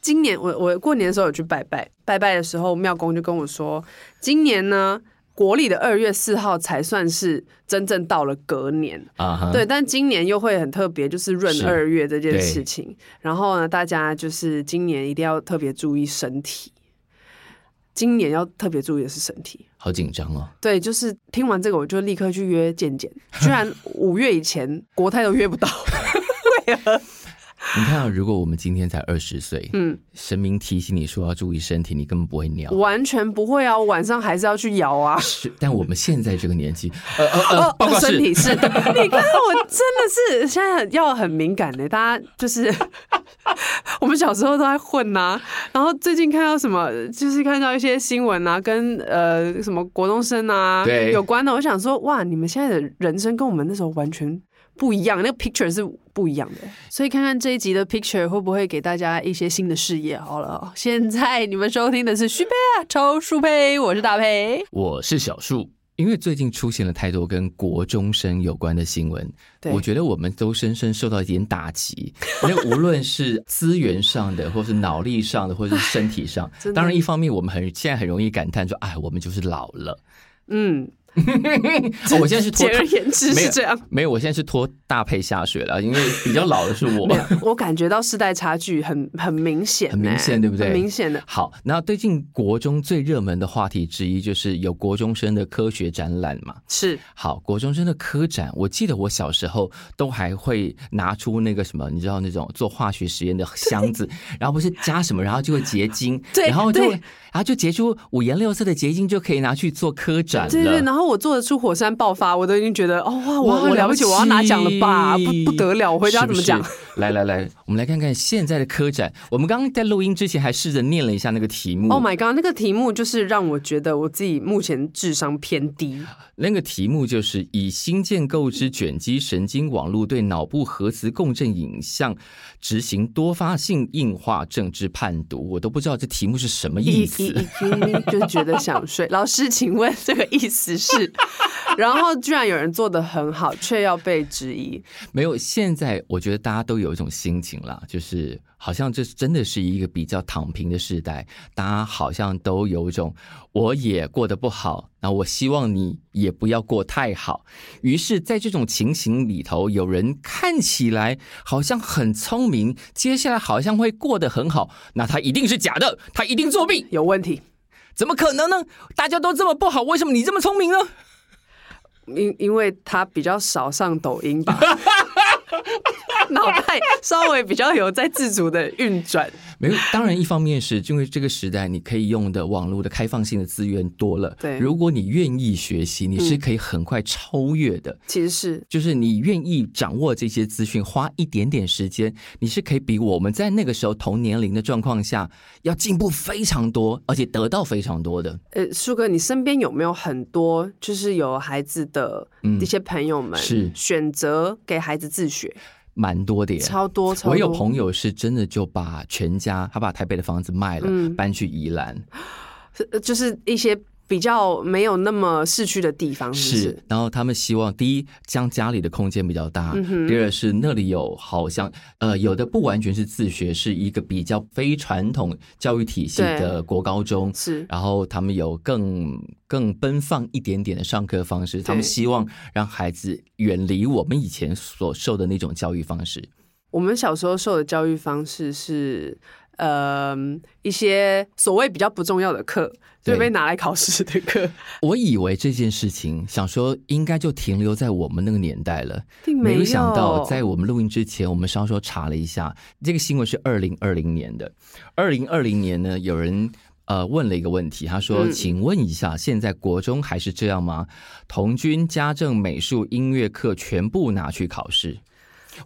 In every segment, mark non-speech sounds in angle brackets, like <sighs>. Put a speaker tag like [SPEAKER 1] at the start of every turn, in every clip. [SPEAKER 1] 今年我我过年的时候有去拜拜，拜拜的时候庙公就跟我说，今年呢国历的二月四号才算是真正到了隔年，
[SPEAKER 2] 啊哈，
[SPEAKER 1] 对，但今年又会很特别，就是闰
[SPEAKER 2] 是
[SPEAKER 1] 二月这件
[SPEAKER 2] 对
[SPEAKER 1] 事情。然后呢，大家就是今年一定要特别注意身体。今年要特别注意的是身体。
[SPEAKER 2] 好紧张哦。
[SPEAKER 1] 对，就是听完这个，我就立刻去约健
[SPEAKER 2] <laughs>
[SPEAKER 1] 健，居然五月以前国泰都约不到。
[SPEAKER 2] 你看、啊，如果我们今天才二十岁，
[SPEAKER 1] 嗯，
[SPEAKER 2] 神明提醒你说要注意身体，你根本不会尿。
[SPEAKER 1] 完全不会啊，我晚上还是要去摇啊。
[SPEAKER 2] 是，但我们现在这个年纪，呃呃呃，报告
[SPEAKER 1] 哦身
[SPEAKER 2] 是
[SPEAKER 1] 体
[SPEAKER 2] <laughs>
[SPEAKER 1] 是的，你看我真的是现在要很敏感的，大家就是 <laughs> 我们小时候都在混呐、然后最近看到什么，就是看到一些新闻啊，跟呃什么国中生啊
[SPEAKER 2] 对
[SPEAKER 1] 有关的，我想说哇，你们现在的人生跟我们那时候完全。不一样，那个 picture 是不一样的，所以看看这一集的 picture 会不会给大家一些新的视野。好了，现在你们收听的是徐佩啊，超舒佩，我是大佩。
[SPEAKER 2] 我是小树。因为最近出现了太多跟国中生有关的新闻，
[SPEAKER 1] 对
[SPEAKER 2] 我觉得我们都深深受到一点打击。
[SPEAKER 1] <laughs>
[SPEAKER 2] 那无论是资源上的，或是脑力上的，或是身体上
[SPEAKER 1] 真，的
[SPEAKER 2] 当然一方面我们很现在很容易感叹说，哎，我们就是老了。
[SPEAKER 1] 嗯，
[SPEAKER 2] 哦我现在是拖
[SPEAKER 1] 简而言之
[SPEAKER 2] 没
[SPEAKER 1] 是
[SPEAKER 2] 有
[SPEAKER 1] 这样。
[SPEAKER 2] 没有，我现在是拖大配下水了，因为比较老的是
[SPEAKER 1] <laughs>
[SPEAKER 2] 我。
[SPEAKER 1] 没有，我感觉到世代差距很很明显、
[SPEAKER 2] 很明显对不对
[SPEAKER 1] 很明显的，
[SPEAKER 2] 好，那最近国中最热门的话题之一就是有国中生的科学展览嘛。
[SPEAKER 1] 是
[SPEAKER 2] 好，国中生的科展，我记得我小时候都还会拿出那个什么，你知道那种做化学实验的
[SPEAKER 1] <laughs>
[SPEAKER 2] 箱子，然后不是加什么，然后就会结晶，
[SPEAKER 1] 对
[SPEAKER 2] 然后就会
[SPEAKER 1] 对
[SPEAKER 2] 然后就结出五颜六色的结晶，就可以拿去做科展了。
[SPEAKER 1] 对对。然后我做得出火山爆发，我都已经觉得哦哇，我我了不起，我要拿奖了吧？不不得了，我回家怎么讲？ <laughs>
[SPEAKER 2] 是不是来来来，我们来看看现在的科展。我们刚刚在录音之前还试着念了一下那个题目。
[SPEAKER 1] ？Oh my god！那个题目就是让我觉得我自己目前智商偏低。
[SPEAKER 2] 那个题目就是以新建构之卷积神经网络对脑部核磁共振影像执行多发性硬化症之判读，我都不知道这题目是什么
[SPEAKER 1] 一
[SPEAKER 2] 意
[SPEAKER 1] 一
[SPEAKER 2] 思。
[SPEAKER 1] 一听就觉得想睡。老师，请问这个意思是？然后居然有人做的很好，却要被质疑。
[SPEAKER 2] 没有，现在我觉得大家都有一种心情啦，就是好像这真的是一个比较躺平的时代，大家好像都有一种我也过得不好，那我希望你也不要过太好。于是，在这种情形里头，有人看起来好像很聪明，接下来好像会过得很好，那他一定是假的，他一定作弊，
[SPEAKER 1] 有问题，
[SPEAKER 2] 怎么可能呢？大家都这么不好，为什么你这么聪明呢？
[SPEAKER 1] 因因为他比较少上抖音
[SPEAKER 2] <laughs>
[SPEAKER 1] 吧， <laughs> 脑袋稍微比较有在自主的运转。
[SPEAKER 2] 没有，当然一方面是因为这个时代你可以用的网络的开放性的资源多了。
[SPEAKER 1] 对
[SPEAKER 2] 如果你愿意学习，你是可以很快超越的。
[SPEAKER 1] 其实是
[SPEAKER 2] 就是你愿意掌握这些资讯，花一点点时间，你是可以比我们在那个时候同年龄的状况下要进步非常多，而且得到非常多的。
[SPEAKER 1] 呃，树哥，你身边有没有很多就是有孩子的一些朋友们、
[SPEAKER 2] 嗯是
[SPEAKER 1] 选择给孩子自学，
[SPEAKER 2] 蛮多的耶。
[SPEAKER 1] 超多超多。
[SPEAKER 2] 我有朋友是真的就把全家，他把台北的房子卖了，
[SPEAKER 1] 嗯
[SPEAKER 2] 搬去宜兰。
[SPEAKER 1] 呃就是一些比较没有那么市区的地方，是不
[SPEAKER 2] 是，然后他们希望第一将家里的空间比较大，
[SPEAKER 1] 嗯
[SPEAKER 2] 第二是那里有好像呃有的不完全是自学，是一个比较非传统教育体系
[SPEAKER 1] 对
[SPEAKER 2] 的国高中，
[SPEAKER 1] 是
[SPEAKER 2] 然后他们有更更奔放一点点的上课方式，他们
[SPEAKER 1] 对
[SPEAKER 2] 希望让孩子远离我们以前所受的那种教育方式。
[SPEAKER 1] 我们小时候受的教育方式是，呃，一些所谓比较不重要的课，就
[SPEAKER 2] 对
[SPEAKER 1] 被拿来考试的课，
[SPEAKER 2] 我以为这件事情，想说应该就停留在我们那个年代了，
[SPEAKER 1] 并
[SPEAKER 2] 没
[SPEAKER 1] 有
[SPEAKER 2] 有想到，在我们录音之前，我们稍稍查了一下，这个新闻是二零二零年的。二零二零年呢，有人呃问了一个问题，他说：“
[SPEAKER 1] 嗯
[SPEAKER 2] 请问一下，现在国中还是这样吗？童军、家政、美术、音乐课全部拿去考试？”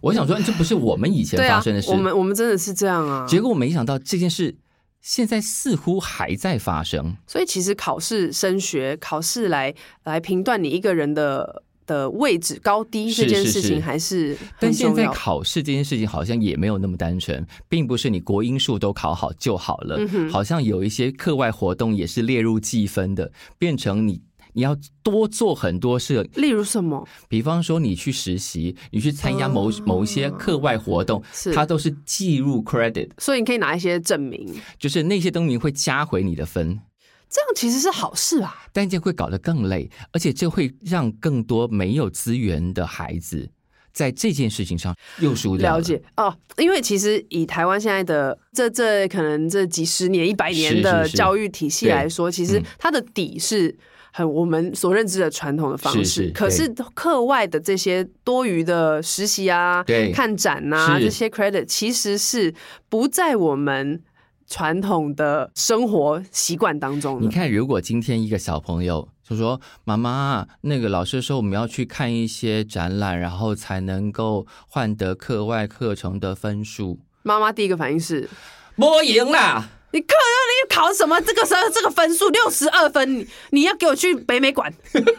[SPEAKER 2] 我想说，这不是我们以
[SPEAKER 1] <laughs>
[SPEAKER 2] 前
[SPEAKER 1] 对
[SPEAKER 2] 发
[SPEAKER 1] 啊
[SPEAKER 2] 生的，事，
[SPEAKER 1] 我们我们真的是这样啊。
[SPEAKER 2] 结果没想到这件事现在似乎还在发生。
[SPEAKER 1] 所以其实考试、升学、考试来来评断你一个人的的位置高低
[SPEAKER 2] 是
[SPEAKER 1] 这件
[SPEAKER 2] 是
[SPEAKER 1] 事情，
[SPEAKER 2] 是
[SPEAKER 1] 还是很
[SPEAKER 2] 但现
[SPEAKER 1] 重
[SPEAKER 2] 在
[SPEAKER 1] 要。
[SPEAKER 2] 考试这件事情好像也没有那么单纯，并不是你国英数都考
[SPEAKER 1] 嗯
[SPEAKER 2] 好就好了，好像有一些课外活动也是列入计分的，变成你你要多做很多事，
[SPEAKER 1] 例如什么？
[SPEAKER 2] 比方说你去实习，你去参加某、某一些课外活动
[SPEAKER 1] 哦是，
[SPEAKER 2] 它都是计入 credit，
[SPEAKER 1] 所以你可以拿一些证明，
[SPEAKER 2] 就是那些东西会加回你的分。
[SPEAKER 1] 这样其实是好事啊。
[SPEAKER 2] 但这会搞得更累，而且这会让更多没有资源的孩子在这件事情上又输掉
[SPEAKER 1] 了解哦，因为其实以台湾现在的这这可能这几十年、一百年
[SPEAKER 2] 是
[SPEAKER 1] 的
[SPEAKER 2] 是
[SPEAKER 1] 教育体系
[SPEAKER 2] 对
[SPEAKER 1] 来说，其实
[SPEAKER 2] 嗯
[SPEAKER 1] 它的底是很我们所认知的传统的方式。
[SPEAKER 2] 是是
[SPEAKER 1] 可是课外的这些多余的实习啊、
[SPEAKER 2] 对
[SPEAKER 1] 看展啊
[SPEAKER 2] 是
[SPEAKER 1] 这些 credit，其实是不在我们传统的生活习惯当中
[SPEAKER 2] 你
[SPEAKER 1] 的。
[SPEAKER 2] 看，如果今天一个小朋友就说：“妈妈，那个老师说我们要去看一些展览，然后才能够换得课外课程的分数。
[SPEAKER 1] 妈妈第一个反应是：”
[SPEAKER 2] 摸赢啦！
[SPEAKER 1] 你课你考什么？这个时候这个分数六十二分，你你要给我去北美馆， <laughs>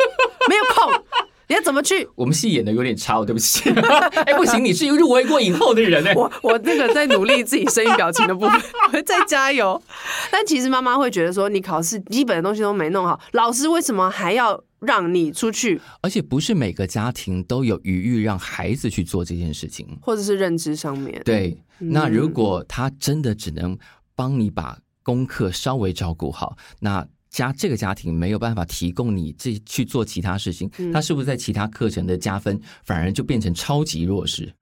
[SPEAKER 1] 没有空，你要怎么去？
[SPEAKER 2] 我们戏演的有点差，我对不起。 <laughs> 哎，不行，你是一个入围过影后的人哎、
[SPEAKER 1] 我我这个在努力自己声音表情的部分，我在加油。 <laughs> 但其实妈妈会觉得说，你考试基本的东西都没弄好，老师为什么还要让你出去，
[SPEAKER 2] 而且不是每个家庭都有余裕让孩子去做这件事情。
[SPEAKER 1] 或者是认知上面？
[SPEAKER 2] 对，
[SPEAKER 1] 嗯
[SPEAKER 2] 那如果他真的只能帮你把功课稍微照顾好，那家这个家庭没有办法提供你这去做其他事情，
[SPEAKER 1] 嗯
[SPEAKER 2] 他是不是在其他课程的加分反而就变成超级弱势？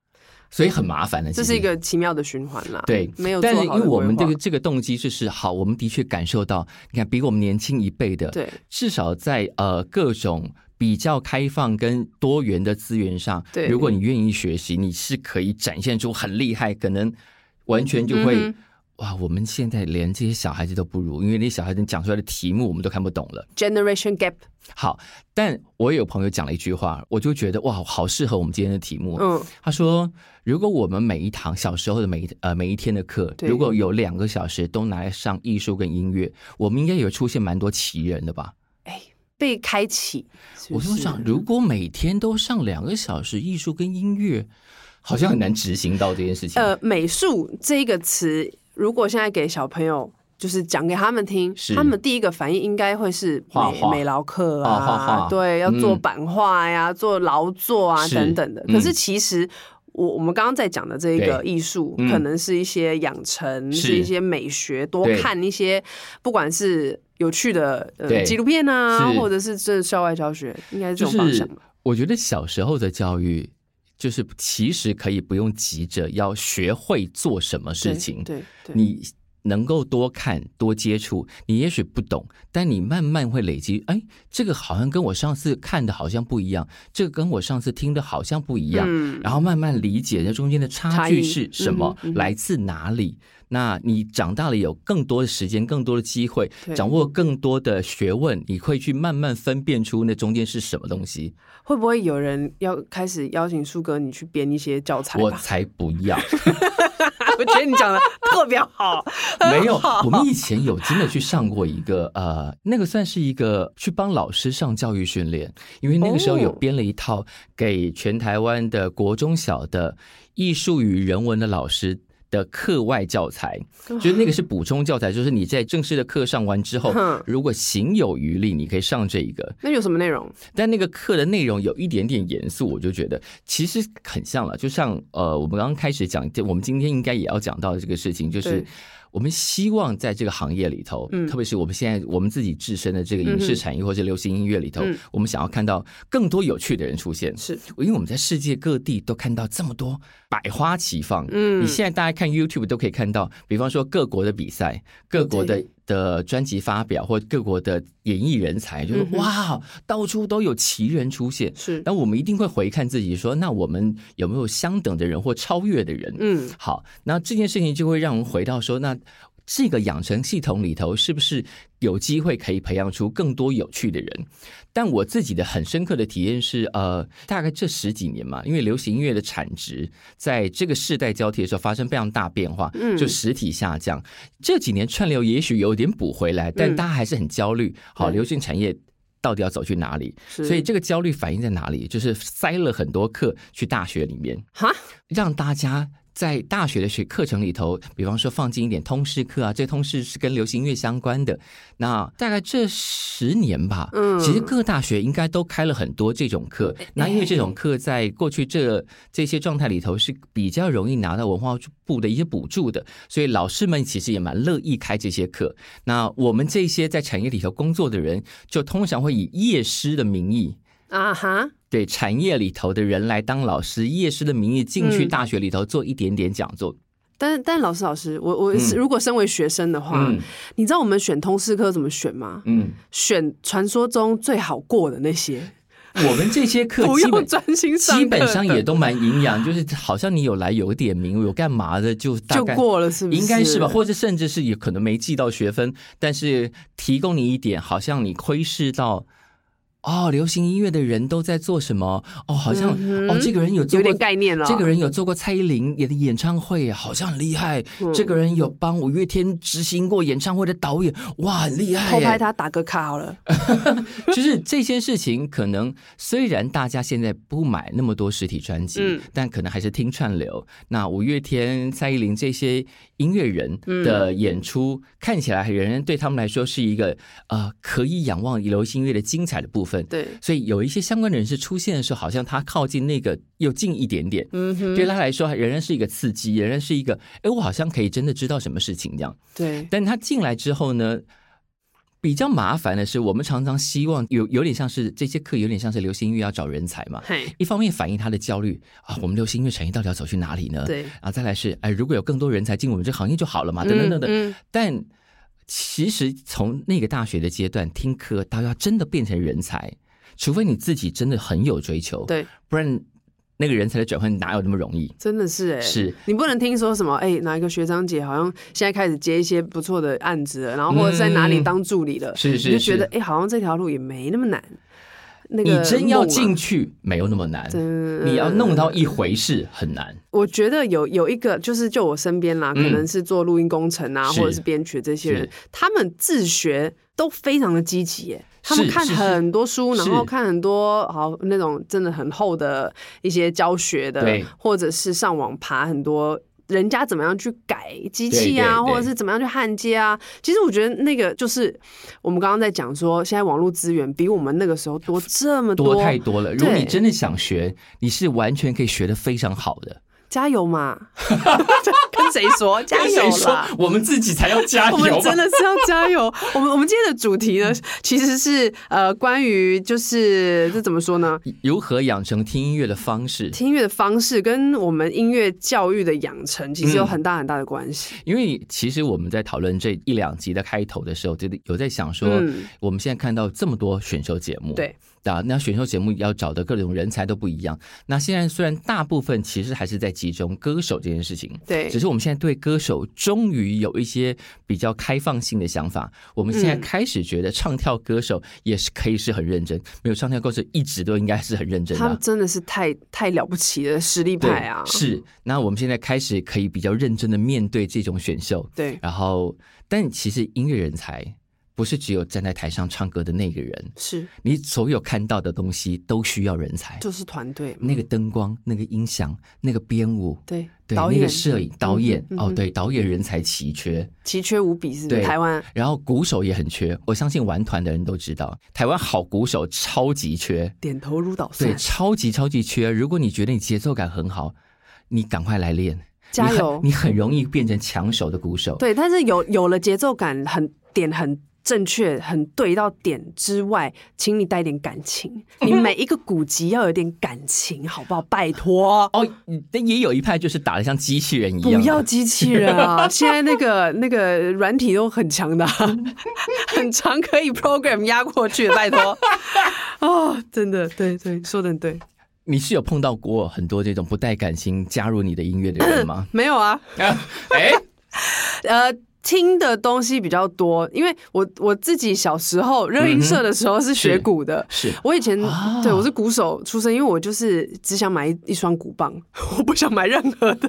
[SPEAKER 2] 所以很麻烦的，
[SPEAKER 1] 这
[SPEAKER 2] 其
[SPEAKER 1] 是
[SPEAKER 2] 实
[SPEAKER 1] 一个奇妙的循环啦。
[SPEAKER 2] 对，
[SPEAKER 1] 没有做
[SPEAKER 2] 但
[SPEAKER 1] 好
[SPEAKER 2] 是
[SPEAKER 1] 的
[SPEAKER 2] 因为我们
[SPEAKER 1] 规
[SPEAKER 2] 这
[SPEAKER 1] 划
[SPEAKER 2] 个这个动机就是好，我们的确感受到，你看比我们年轻一辈的，
[SPEAKER 1] 对
[SPEAKER 2] 至少在呃各种比较开放跟多元的资源上，
[SPEAKER 1] 对
[SPEAKER 2] 如果你愿意学习，你是可以展现出很厉害，可能完全就会、
[SPEAKER 1] 嗯
[SPEAKER 2] 哇，我们现在连这些小孩子都不如，因为那些小孩子讲出来的题目我们都看不懂了。
[SPEAKER 1] generation gap，
[SPEAKER 2] 好，但我有朋友讲了一句话，我就觉得哇，好适合我们今天的题目。
[SPEAKER 1] 嗯，
[SPEAKER 2] 他说，如果我们每一堂小时候的每一呃每一天的课，
[SPEAKER 1] 对
[SPEAKER 2] 如果有两个小时都拿来上艺术跟音乐，我们应该有出现蛮多奇人的吧？
[SPEAKER 1] 被开启。是不
[SPEAKER 2] 我
[SPEAKER 1] 是
[SPEAKER 2] 就想，如果每天都上两个小时艺术跟音乐，好像很难执行到这件事情。
[SPEAKER 1] 呃，美术这一个词，如果现在给小朋友就是讲给他们听
[SPEAKER 2] 是，
[SPEAKER 1] 他们第一个反应应该会是美
[SPEAKER 2] 画画
[SPEAKER 1] 美劳课
[SPEAKER 2] 啊画
[SPEAKER 1] 啊，
[SPEAKER 2] 画
[SPEAKER 1] 对，要做
[SPEAKER 2] 嗯
[SPEAKER 1] 版画呀、做劳作啊
[SPEAKER 2] 是
[SPEAKER 1] 等等的。
[SPEAKER 2] 嗯
[SPEAKER 1] 可是其实。我我们刚刚在讲的这一个
[SPEAKER 2] 对
[SPEAKER 1] 艺术，
[SPEAKER 2] 嗯
[SPEAKER 1] 可能是一些养成，
[SPEAKER 2] 是
[SPEAKER 1] 是一些美学，多
[SPEAKER 2] 对
[SPEAKER 1] 看一些，不管是有趣的呃
[SPEAKER 2] 对
[SPEAKER 1] 纪录片啊，
[SPEAKER 2] 是
[SPEAKER 1] 或者是这校外教学，应该是这
[SPEAKER 2] 就
[SPEAKER 1] 种方
[SPEAKER 2] 是
[SPEAKER 1] 向吧。
[SPEAKER 2] 我觉得小时候的教育，就是其实可以不用急着要学会做什么事
[SPEAKER 1] 对
[SPEAKER 2] 情，
[SPEAKER 1] 对对，
[SPEAKER 2] 你能够多看多接触，你也许不懂，但你慢慢会累积。哎，这个好像跟我上次看的好像不一样，这个跟我上次听的好像不一样，
[SPEAKER 1] 嗯
[SPEAKER 2] 然后慢慢理解这中间的差
[SPEAKER 1] 差
[SPEAKER 2] 距
[SPEAKER 1] 异
[SPEAKER 2] 是什么，
[SPEAKER 1] 嗯哼嗯哼
[SPEAKER 2] 来自哪里。那你长大了有更多的时间，更多的机会，
[SPEAKER 1] 对
[SPEAKER 2] 掌握更多的学问，你会去慢慢分辨出那中间是什么东西。
[SPEAKER 1] 会不会有人要开始邀请树哥你去编一些教材
[SPEAKER 2] 我
[SPEAKER 1] 吧？
[SPEAKER 2] 才不要！
[SPEAKER 1] 我觉得你讲的特别
[SPEAKER 2] <laughs>
[SPEAKER 1] 好，
[SPEAKER 2] 没有，我们以前有真的去上过一个呃，那个算是一个呃去帮老师上教育训练，因为那个时候有
[SPEAKER 1] 哦
[SPEAKER 2] 编了一套给全台湾的国中小的艺术与人文的老师。的课外教材，就是那个是补充教材，就是你在正式的课上完之后
[SPEAKER 1] 哼，
[SPEAKER 2] 如果行有余力，你可以上这一个。
[SPEAKER 1] 那有什么内容？
[SPEAKER 2] 但那个课的内容有一点点严肃，我就觉得其实很像了。就像呃，我们刚刚开始讲，就我们今天应该也要讲到的这个事情，就是
[SPEAKER 1] 对
[SPEAKER 2] 我们希望在这个行业里头，
[SPEAKER 1] 嗯
[SPEAKER 2] 特别是我们现在我们自己自身的这个影视产业或者流行音乐里头，
[SPEAKER 1] 嗯
[SPEAKER 2] 我们想要看到更多有趣的人出现。
[SPEAKER 1] 是
[SPEAKER 2] 因为我们在世界各地都看到这么多百花齐放，
[SPEAKER 1] 嗯
[SPEAKER 2] 你现在大家看 YouTube 都可以看到，比方说各国的比赛、各国的的专辑发表或各国的演艺人才，就是、
[SPEAKER 1] 嗯哼
[SPEAKER 2] 哇，到处都有奇人出现。
[SPEAKER 1] 是，
[SPEAKER 2] 那我们一定会回看自己说，那我们有没有相等的人或超越的人？
[SPEAKER 1] 嗯，
[SPEAKER 2] 好，那这件事情就会让我们回到说，那这个养成系统里头是不是有机会可以培养出更多有趣的人？但我自己的很深刻的体验是，呃，大概这十几年嘛，因为流行音乐的产值在这个世代交替的时候发生非常大变化，
[SPEAKER 1] 嗯
[SPEAKER 2] 就实体下降。这几年串流也许有点补回来，但
[SPEAKER 1] 嗯
[SPEAKER 2] 大家还是很焦虑。好，
[SPEAKER 1] 对
[SPEAKER 2] 流行产业。到底要走去哪里？
[SPEAKER 1] 是
[SPEAKER 2] 所以这个焦虑反映在哪里？就是塞了很多课去大学里面，
[SPEAKER 1] 哈，
[SPEAKER 2] 让大家在大学的学课程里头，比方说放进一点通识课啊，这通识是跟流行乐相关的。那大概这十年吧，
[SPEAKER 1] 嗯
[SPEAKER 2] 其实各大学应该都开了很多这种课。那因为这种课在过去这这些状态里头是比较容易拿到文化部的一些补助的，所以老师们其实也蛮乐意开这些课。那我们这些在产业里头工作的人，就通常会以业师的名义。
[SPEAKER 1] 啊哈，
[SPEAKER 2] 对产业里头的人来当老师，业师的名义进去
[SPEAKER 1] 嗯
[SPEAKER 2] 大学里头做一点点讲座。
[SPEAKER 1] 但但老师老师，我我、
[SPEAKER 2] 嗯
[SPEAKER 1] 如果身为学生的话，
[SPEAKER 2] 嗯
[SPEAKER 1] 你知道我们选通识课怎么选吗？
[SPEAKER 2] 嗯，
[SPEAKER 1] 选传说中最好过的那些，
[SPEAKER 2] 我们这些课
[SPEAKER 1] 不
[SPEAKER 2] 基
[SPEAKER 1] 用
[SPEAKER 2] 本
[SPEAKER 1] 专心上课
[SPEAKER 2] 基
[SPEAKER 1] 的，
[SPEAKER 2] 本上也都蛮营养，就是好像你有来有点名，有干嘛的就大
[SPEAKER 1] 就
[SPEAKER 2] 概。
[SPEAKER 1] 过了，是不是？
[SPEAKER 2] 应该是吧，或者甚至是也可能没记到学分，但是提供你一点，好像你窥视到，哦，流行音乐的人都在做什么，哦，好像、
[SPEAKER 1] 嗯哼
[SPEAKER 2] 哦，这个人有
[SPEAKER 1] 有
[SPEAKER 2] 做过
[SPEAKER 1] 点概念了。
[SPEAKER 2] 这个人有做过蔡依林演的演唱会，好像很厉害。
[SPEAKER 1] 嗯
[SPEAKER 2] 这个人有帮五月天执行过演唱会的导演，哇，很厉害
[SPEAKER 1] 偷拍
[SPEAKER 2] 耶！
[SPEAKER 1] 他打个卡好了， <laughs>
[SPEAKER 2] 就是这些事情，可能虽然大家现在不买那么多实体专辑，
[SPEAKER 1] 嗯
[SPEAKER 2] 但可能还是听串流。那五月天、蔡依林这些音乐人的
[SPEAKER 1] 嗯
[SPEAKER 2] 演出，看起来仍然对他们来说是一个呃可以仰望流行乐的精彩的部分。
[SPEAKER 1] 对，
[SPEAKER 2] 所以有一些相关的人士出现的时候，好像他靠近那个又近一点点，
[SPEAKER 1] 嗯哼，
[SPEAKER 2] 对他来说仍然是一个刺激，仍然是一个，哎，我好像可以真的知道什么事情这样。
[SPEAKER 1] 对，
[SPEAKER 2] 但他进来之后呢，比较麻烦的是，我们常常希望有有点像是这些课有点像是流行音乐要找人才嘛，
[SPEAKER 1] 嘿，
[SPEAKER 2] 一方面反映他的焦虑啊，我们流行音乐产业到底要走去哪里呢？
[SPEAKER 1] 对，
[SPEAKER 2] 啊，再来是哎，如果有更多人才进我们这行业就好了嘛，等等等等。
[SPEAKER 1] 嗯，嗯
[SPEAKER 2] 但其实从那个大学的阶段听课到要真的变成人才，除非你自己真的很有追求，
[SPEAKER 1] 对，
[SPEAKER 2] 不然那个人才的转换哪有那么容易？
[SPEAKER 1] 真的是哎，
[SPEAKER 2] 是
[SPEAKER 1] 你不能听说什么哎、哪一个学长姐好像现在开始接一些不错的案子了，然后或者在哪里当助理了，
[SPEAKER 2] 嗯是是
[SPEAKER 1] 你就觉得
[SPEAKER 2] 是
[SPEAKER 1] 哎、好像这条路也没那么难。那
[SPEAKER 2] 你
[SPEAKER 1] 个
[SPEAKER 2] 真要
[SPEAKER 1] 梦啊
[SPEAKER 2] 进去，没有那么难。
[SPEAKER 1] 真
[SPEAKER 2] 你要弄到一回事很难，
[SPEAKER 1] 我觉得有有一个，就是就我身边啦，可
[SPEAKER 2] 嗯
[SPEAKER 1] 能是做录音工程啊，
[SPEAKER 2] 是
[SPEAKER 1] 或者是编曲这些人
[SPEAKER 2] 是，
[SPEAKER 1] 他们自学都非常的积极耶。他们
[SPEAKER 2] 是
[SPEAKER 1] 看
[SPEAKER 2] 是是
[SPEAKER 1] 很多书，然
[SPEAKER 2] 是
[SPEAKER 1] 后看很多好那种真的很厚的一些教学的
[SPEAKER 2] 对，
[SPEAKER 1] 或者是上网爬很多人家怎么样去改机器啊，
[SPEAKER 2] 对对对
[SPEAKER 1] 或者是怎么样去焊接啊。其实我觉得那个就是我们刚刚在讲说，现在网络资源比我们那个时候多这么
[SPEAKER 2] 多太多了。如果
[SPEAKER 1] 对
[SPEAKER 2] 你真的想学，你是完全可以学的非常好的。
[SPEAKER 1] 加油嘛！ <laughs> 跟谁
[SPEAKER 2] <laughs>
[SPEAKER 1] 说？加油
[SPEAKER 2] 谁说
[SPEAKER 1] 啦！
[SPEAKER 2] 我们自己才要加
[SPEAKER 1] <laughs> 我们
[SPEAKER 2] 油啊吧
[SPEAKER 1] 真？的是要加油。 <laughs> 我们我们今天的主题呢，其实是呃，关于就是这怎么说呢？
[SPEAKER 2] 如何养成听音乐的方式？
[SPEAKER 1] 听音乐的方式跟我们音乐教育的养成，其实有很大很大的关系。
[SPEAKER 2] 因为其实我们在讨论这一两集的开头的时候，就有在想说
[SPEAKER 1] 嗯，
[SPEAKER 2] 我们现在看到这么多选秀节目，
[SPEAKER 1] 对
[SPEAKER 2] 啊，那选秀节目要找的各种人才都不一样。那现在虽然大部分其实还是在集中歌手这件事情，
[SPEAKER 1] 对
[SPEAKER 2] 只，是我们现在对歌手终于有一些比较开放性的想法。我们现
[SPEAKER 1] 嗯
[SPEAKER 2] 在开始觉得唱跳歌手也是可以是很认真，没有唱跳歌手一直都应该是很认真的
[SPEAKER 1] 他
[SPEAKER 2] 啊、
[SPEAKER 1] 们真的是太太了不起的实力
[SPEAKER 2] 对
[SPEAKER 1] 派啊！
[SPEAKER 2] 是。那我们现在开始可以比较认真的面对这种选秀，
[SPEAKER 1] 对，
[SPEAKER 2] 然后，但其实音乐人才不是只有站在台上唱歌的那个人，
[SPEAKER 1] 是
[SPEAKER 2] 你所有看到的东西都需要人才。
[SPEAKER 1] 就是团队嘛。
[SPEAKER 2] 那个灯光、那个音响、那个编舞，
[SPEAKER 1] 对，
[SPEAKER 2] 对，
[SPEAKER 1] 导
[SPEAKER 2] 那
[SPEAKER 1] 演
[SPEAKER 2] 个摄影导演、
[SPEAKER 1] 嗯
[SPEAKER 2] 哦，对，导演人才奇缺。
[SPEAKER 1] 奇缺无比，是不是？
[SPEAKER 2] 对
[SPEAKER 1] 台湾
[SPEAKER 2] 然后鼓手也很缺，我相信玩团的人都知道，台湾好鼓手超级缺，
[SPEAKER 1] 点头如捣
[SPEAKER 2] 对，
[SPEAKER 1] 蒜，
[SPEAKER 2] 超级超级缺。如果你觉得你节奏感很好，你赶快来练，
[SPEAKER 1] 加油
[SPEAKER 2] 你很！你很容易变成抢手的鼓手。
[SPEAKER 1] 对，但是有有了节奏感，很点很正确，很对到点之外，请你带点感情，你每一个古籍要有点感情，好不好？拜
[SPEAKER 2] <laughs>
[SPEAKER 1] 托。
[SPEAKER 2] 哦，但也有一派就是打得像机器人一
[SPEAKER 1] 不
[SPEAKER 2] 样的，
[SPEAKER 1] 要机器人啊！现在那个那个软体都很强的、啊，很长可以 program 压过去，拜托。哦，真的，对对，说的很对。？
[SPEAKER 2] 你是有碰到过很多这种不带感情加入你的音乐的人吗
[SPEAKER 1] <laughs> 没有啊，
[SPEAKER 2] 哎，
[SPEAKER 1] 呃，听的东西比较多，因为我我自己小时候热音社的时候是学
[SPEAKER 2] 是
[SPEAKER 1] 鼓的，
[SPEAKER 2] 是
[SPEAKER 1] 我以前、
[SPEAKER 2] 啊
[SPEAKER 1] 对我是鼓手出身，因为我就是只想买一一双鼓棒， <laughs> 我不想买任何的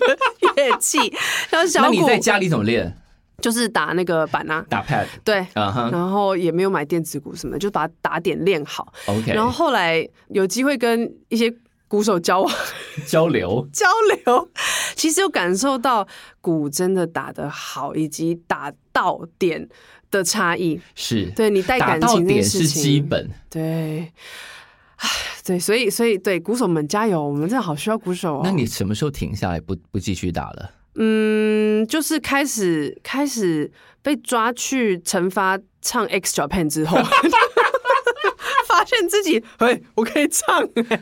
[SPEAKER 1] 乐器。 <laughs> 然后小
[SPEAKER 2] 那你
[SPEAKER 1] 鼓
[SPEAKER 2] 在家里怎么练？
[SPEAKER 1] 就是打那个板啊，
[SPEAKER 2] 打 pad
[SPEAKER 1] 对，
[SPEAKER 2] 啊哈
[SPEAKER 1] 然后也没有买电子鼓什么的，就把打点练好。
[SPEAKER 2] ，OK，
[SPEAKER 1] 然后后来有机会跟一些鼓手交往 <laughs>
[SPEAKER 2] 交流，
[SPEAKER 1] 交流，其实有感受到鼓真的打得好，以及打到点的差异。
[SPEAKER 2] 是
[SPEAKER 1] 对你带
[SPEAKER 2] 打
[SPEAKER 1] 感
[SPEAKER 2] 到
[SPEAKER 1] 情这件
[SPEAKER 2] 点
[SPEAKER 1] 事
[SPEAKER 2] 是
[SPEAKER 1] 情，
[SPEAKER 2] 基本，
[SPEAKER 1] 对，唉，对，所以所以对鼓手们加油，我们真的好需要鼓手哦。
[SPEAKER 2] 那你什么时候停下来不不继续打了？
[SPEAKER 1] 嗯，就是开始开始被抓去惩罚唱 X Japan 之后， <laughs> 发现自己哎，我可以唱哎。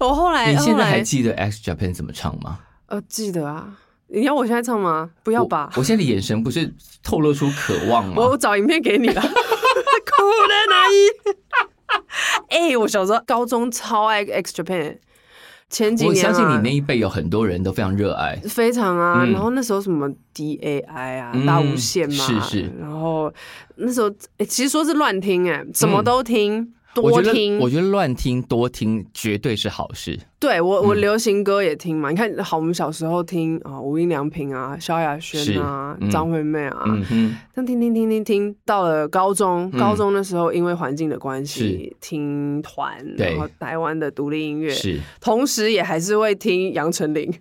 [SPEAKER 1] 我后来
[SPEAKER 2] 你现
[SPEAKER 1] 哎后
[SPEAKER 2] 在还
[SPEAKER 1] 来
[SPEAKER 2] 记得 X Japan 怎么唱吗？
[SPEAKER 1] 呃记得啊，你要我现在唱吗？不要
[SPEAKER 2] 我
[SPEAKER 1] 吧，
[SPEAKER 2] 我现在的眼神不是透露出渴望
[SPEAKER 1] 我
[SPEAKER 2] 吗？
[SPEAKER 1] 我找影片给你 <laughs> 了。哭的那一， <laughs> 哎、我小时候高中超爱 X Japan，前几
[SPEAKER 2] 我
[SPEAKER 1] 年、啊、
[SPEAKER 2] 相信你那一辈有很多人都非常热爱。
[SPEAKER 1] 非常啊，
[SPEAKER 2] 嗯
[SPEAKER 1] 然后那时候什么 DAI 啊，
[SPEAKER 2] 嗯
[SPEAKER 1] 大无限嘛，
[SPEAKER 2] 是是嗯
[SPEAKER 1] 然后那时候、诶其实说是乱听、哎，什么都听，
[SPEAKER 2] 我
[SPEAKER 1] 多
[SPEAKER 2] 觉
[SPEAKER 1] 听。
[SPEAKER 2] 得，我觉得乱听多听绝对是好事。
[SPEAKER 1] 对我我
[SPEAKER 2] 嗯
[SPEAKER 1] 流行歌也听嘛，你看好，我们小时候听啊、无印良品啊，萧亚轩啊
[SPEAKER 2] 是嗯，
[SPEAKER 1] 张惠妹啊，
[SPEAKER 2] 嗯哼，
[SPEAKER 1] 但听听听听听到了高中，
[SPEAKER 2] 嗯
[SPEAKER 1] 高中的时候因为环境的关系听团，
[SPEAKER 2] 对
[SPEAKER 1] 然后台湾的独立音乐，
[SPEAKER 2] 是
[SPEAKER 1] 同时也还是会听杨丞
[SPEAKER 2] <laughs>
[SPEAKER 1] 琳。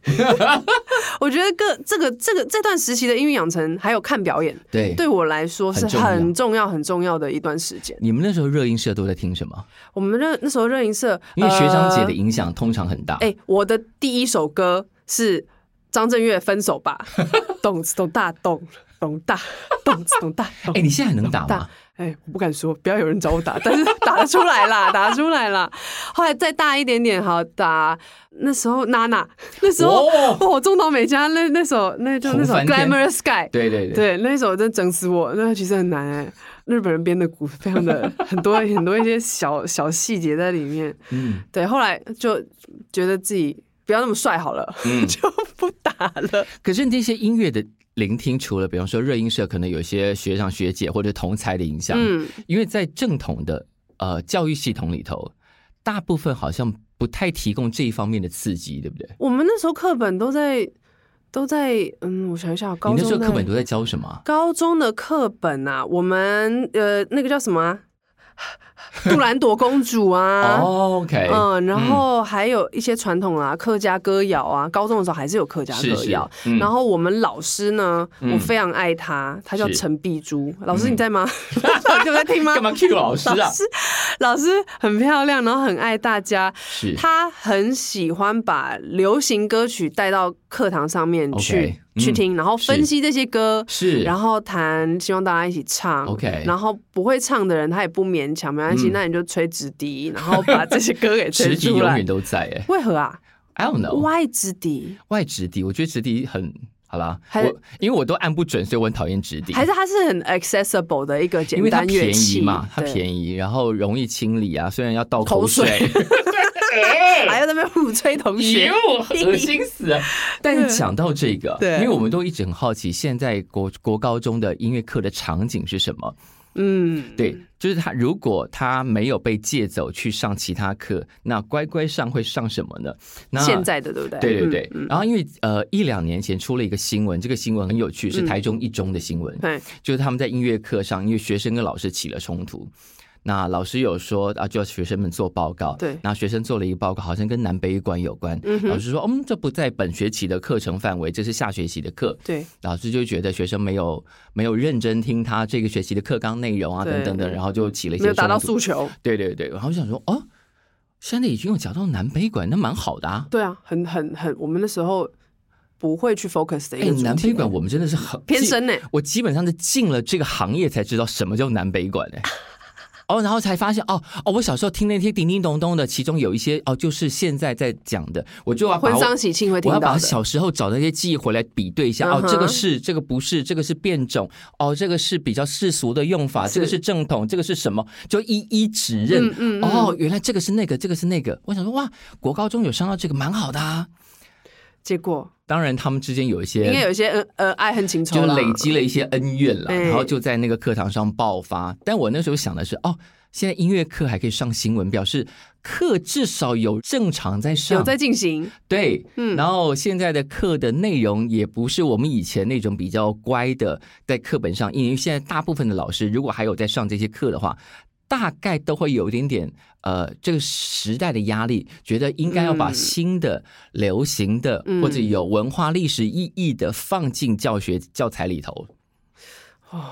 [SPEAKER 1] 我觉得各这个这个这段时期的音乐养成，还有看表演，
[SPEAKER 2] 对。
[SPEAKER 1] 对我来说是
[SPEAKER 2] 很
[SPEAKER 1] 很重
[SPEAKER 2] 重要
[SPEAKER 1] 要很重要的一段时间。
[SPEAKER 2] 你们那时候热音社都在听什么？
[SPEAKER 1] 我们那那时候热音社，
[SPEAKER 2] 因为学长姐的
[SPEAKER 1] 呃
[SPEAKER 2] 影响通常很大。
[SPEAKER 1] 哎、我的第一首歌是张震岳《分手吧》，
[SPEAKER 2] <laughs>
[SPEAKER 1] 懂懂大懂懂大懂懂大懂
[SPEAKER 2] 哎，你现在还能打
[SPEAKER 1] 大
[SPEAKER 2] 吗？。
[SPEAKER 1] 哎、我不敢说，不要有人找我打，但是 <laughs> 打得出来啦，打得出来啦。后来再大一点点，好打那时候娜娜，那时候 <laughs>
[SPEAKER 2] 哦
[SPEAKER 1] 哦，中岛美嘉那那首那就那首
[SPEAKER 2] 红
[SPEAKER 1] 《
[SPEAKER 2] 翻天
[SPEAKER 1] Glamorous Sky》，
[SPEAKER 2] 对对
[SPEAKER 1] 对，
[SPEAKER 2] 对，
[SPEAKER 1] 那一首真整死我。那其实很难哎、日本人编的鼓非常的很多 <laughs> 很多一些小小细节在里面。
[SPEAKER 2] 嗯
[SPEAKER 1] 对，后来就觉得自己不要那么帅好了， <laughs>
[SPEAKER 2] 嗯。
[SPEAKER 1] 就不打了。
[SPEAKER 2] 可是那些音乐的聆听，除了比方说热音社，可能有一些学长学姐或者同才的影响，
[SPEAKER 1] 嗯，
[SPEAKER 2] 因为在正统的呃教育系统里头，大部分好像不太提供这一方面的刺激，对不对？
[SPEAKER 1] 我们那时候课本都在都在嗯，我想一下，
[SPEAKER 2] 你
[SPEAKER 1] 高
[SPEAKER 2] 那时候
[SPEAKER 1] 中
[SPEAKER 2] 课本
[SPEAKER 1] 的
[SPEAKER 2] 都在教什么啊？
[SPEAKER 1] 高中的课本啊，我们呃那个叫什么、啊？ <sighs> 杜兰朵公主啊，
[SPEAKER 2] 哦，OK，
[SPEAKER 1] 嗯，然后还有一些传统啊，客家歌谣啊，高中的时候还是有客家
[SPEAKER 2] 是
[SPEAKER 1] 歌
[SPEAKER 2] 是
[SPEAKER 1] 谣。，
[SPEAKER 2] 嗯
[SPEAKER 1] 然后我们老师呢，
[SPEAKER 2] 嗯
[SPEAKER 1] 我非常爱他，他叫
[SPEAKER 2] 是
[SPEAKER 1] 陈碧珠。老师
[SPEAKER 2] 嗯
[SPEAKER 1] 你在吗？老 <laughs> 师有在听吗？
[SPEAKER 2] 干嘛 Q 老师
[SPEAKER 1] 老
[SPEAKER 2] 啊？
[SPEAKER 1] 师，老师很漂亮，然后很爱大家。
[SPEAKER 2] 是
[SPEAKER 1] 他很喜欢把流行歌曲带到课堂上面
[SPEAKER 2] OK，
[SPEAKER 1] 去去
[SPEAKER 2] 嗯
[SPEAKER 1] 听，然后分
[SPEAKER 2] 是
[SPEAKER 1] 析这些歌，
[SPEAKER 2] 是，
[SPEAKER 1] 然后弹，希望大家一起唱。
[SPEAKER 2] OK
[SPEAKER 1] 然后不会唱的人他也不勉强，没关系，
[SPEAKER 2] 嗯
[SPEAKER 1] 那你就吹直笛，然后把这些歌给吹
[SPEAKER 2] <laughs> 直笛
[SPEAKER 1] 出
[SPEAKER 2] 永
[SPEAKER 1] 来
[SPEAKER 2] 远。Oh 都在哎
[SPEAKER 1] 为何啊
[SPEAKER 2] ，I don't know，
[SPEAKER 1] ？Why 直笛？
[SPEAKER 2] 外直笛，我觉得直笛很好啦，
[SPEAKER 1] 还
[SPEAKER 2] 我因为我都按不准，所以我很讨厌直笛，
[SPEAKER 1] 还是它是很 accessible 的一个
[SPEAKER 2] 因
[SPEAKER 1] 简
[SPEAKER 2] 为它
[SPEAKER 1] 单乐
[SPEAKER 2] 便宜
[SPEAKER 1] 器
[SPEAKER 2] 嘛，它
[SPEAKER 1] 宜，
[SPEAKER 2] 便宜，然后容易清理啊，虽然要倒
[SPEAKER 1] 口
[SPEAKER 2] 水， <laughs>
[SPEAKER 1] 还要在那边互吹同学。 <laughs>
[SPEAKER 2] 呦恶心死了。但是讲到这个，
[SPEAKER 1] 对
[SPEAKER 2] 因为我们都一直很好奇，现在国国高中的音乐课的场景是什么？
[SPEAKER 1] 嗯，
[SPEAKER 2] 对，就是他如果他没有被借走去上其他课，那乖乖上会上什么呢？那
[SPEAKER 1] 现。在的对不对？
[SPEAKER 2] 对对
[SPEAKER 1] 嗯
[SPEAKER 2] 对，
[SPEAKER 1] 嗯
[SPEAKER 2] 然后因为呃一两年前出了一个新闻，这个新闻很有趣，是台中一中的新闻，
[SPEAKER 1] 嗯对，
[SPEAKER 2] 就是他们在音乐课上，因为学生跟老师起了冲突，那老师有说啊，就要学生们做报告，
[SPEAKER 1] 对
[SPEAKER 2] 那学生做了一个报告，好像跟南北一馆有关，
[SPEAKER 1] 嗯
[SPEAKER 2] 老
[SPEAKER 1] 哼，
[SPEAKER 2] 师说，嗯，这不在本学期的课程范围，这是下学期的课。
[SPEAKER 1] 对，
[SPEAKER 2] 老师就觉得学生没有没有认真听他这个学期的课纲内容啊，
[SPEAKER 1] 对
[SPEAKER 2] 等等等，然后就起了一些
[SPEAKER 1] 没有达到
[SPEAKER 2] 冲突
[SPEAKER 1] 诉求。
[SPEAKER 2] 对对对，然后我想说，哦，现在已经有讲到南北馆，那蛮好的啊。
[SPEAKER 1] 对啊，很很很，我们那时候不会去 focus 的一
[SPEAKER 2] 哎
[SPEAKER 1] 个，主题
[SPEAKER 2] 南北馆我们真的是很
[SPEAKER 1] 偏。深呢。
[SPEAKER 2] 我基本上是进了这个行业才知道什么叫南北馆哎、哦，然后才发现哦哦，我小时候听那些叮叮咚咚的，其中有一些哦，就是现在在讲的，我就要把
[SPEAKER 1] 婚
[SPEAKER 2] 我
[SPEAKER 1] 丧喜庆会听
[SPEAKER 2] 我要
[SPEAKER 1] 到
[SPEAKER 2] 把
[SPEAKER 1] 的，
[SPEAKER 2] 小时候找的那些记忆回来比对一下。
[SPEAKER 1] 嗯
[SPEAKER 2] 哦，
[SPEAKER 1] 哼
[SPEAKER 2] 这个是，这个不是，这个是变种，哦，这个是比较世俗的用法，
[SPEAKER 1] 是
[SPEAKER 2] 这个是正统，这个是什么？就一一指认。
[SPEAKER 1] 嗯嗯嗯
[SPEAKER 2] 哦，原来这个是那个，这个是那个。我想说，哇，国高中有上到这个，蛮好的啊。
[SPEAKER 1] 结果
[SPEAKER 2] 当然，他们之间有一
[SPEAKER 1] 应该
[SPEAKER 2] 些。
[SPEAKER 1] 有一些呃呃爱恨情仇
[SPEAKER 2] 就
[SPEAKER 1] 啦
[SPEAKER 2] 累积了一些恩怨了，
[SPEAKER 1] 哎
[SPEAKER 2] 然后就在那个课堂上爆发。但我那时候想的是，哦，现在音乐课还可以上新闻，表示课至少有正常在上，
[SPEAKER 1] 有在进行，
[SPEAKER 2] 对，
[SPEAKER 1] 嗯
[SPEAKER 2] 然后现在的课的内容也不是我们以前那种比较乖的，在课本上，因为现在大部分的老师如果还有在上这些课的话，大概都会有一点点呃这个时代的压力，觉得应该要把
[SPEAKER 1] 嗯
[SPEAKER 2] 新的、流行的、
[SPEAKER 1] 嗯
[SPEAKER 2] 或者有文化历史意义的放进教学教材里头。
[SPEAKER 1] 哦，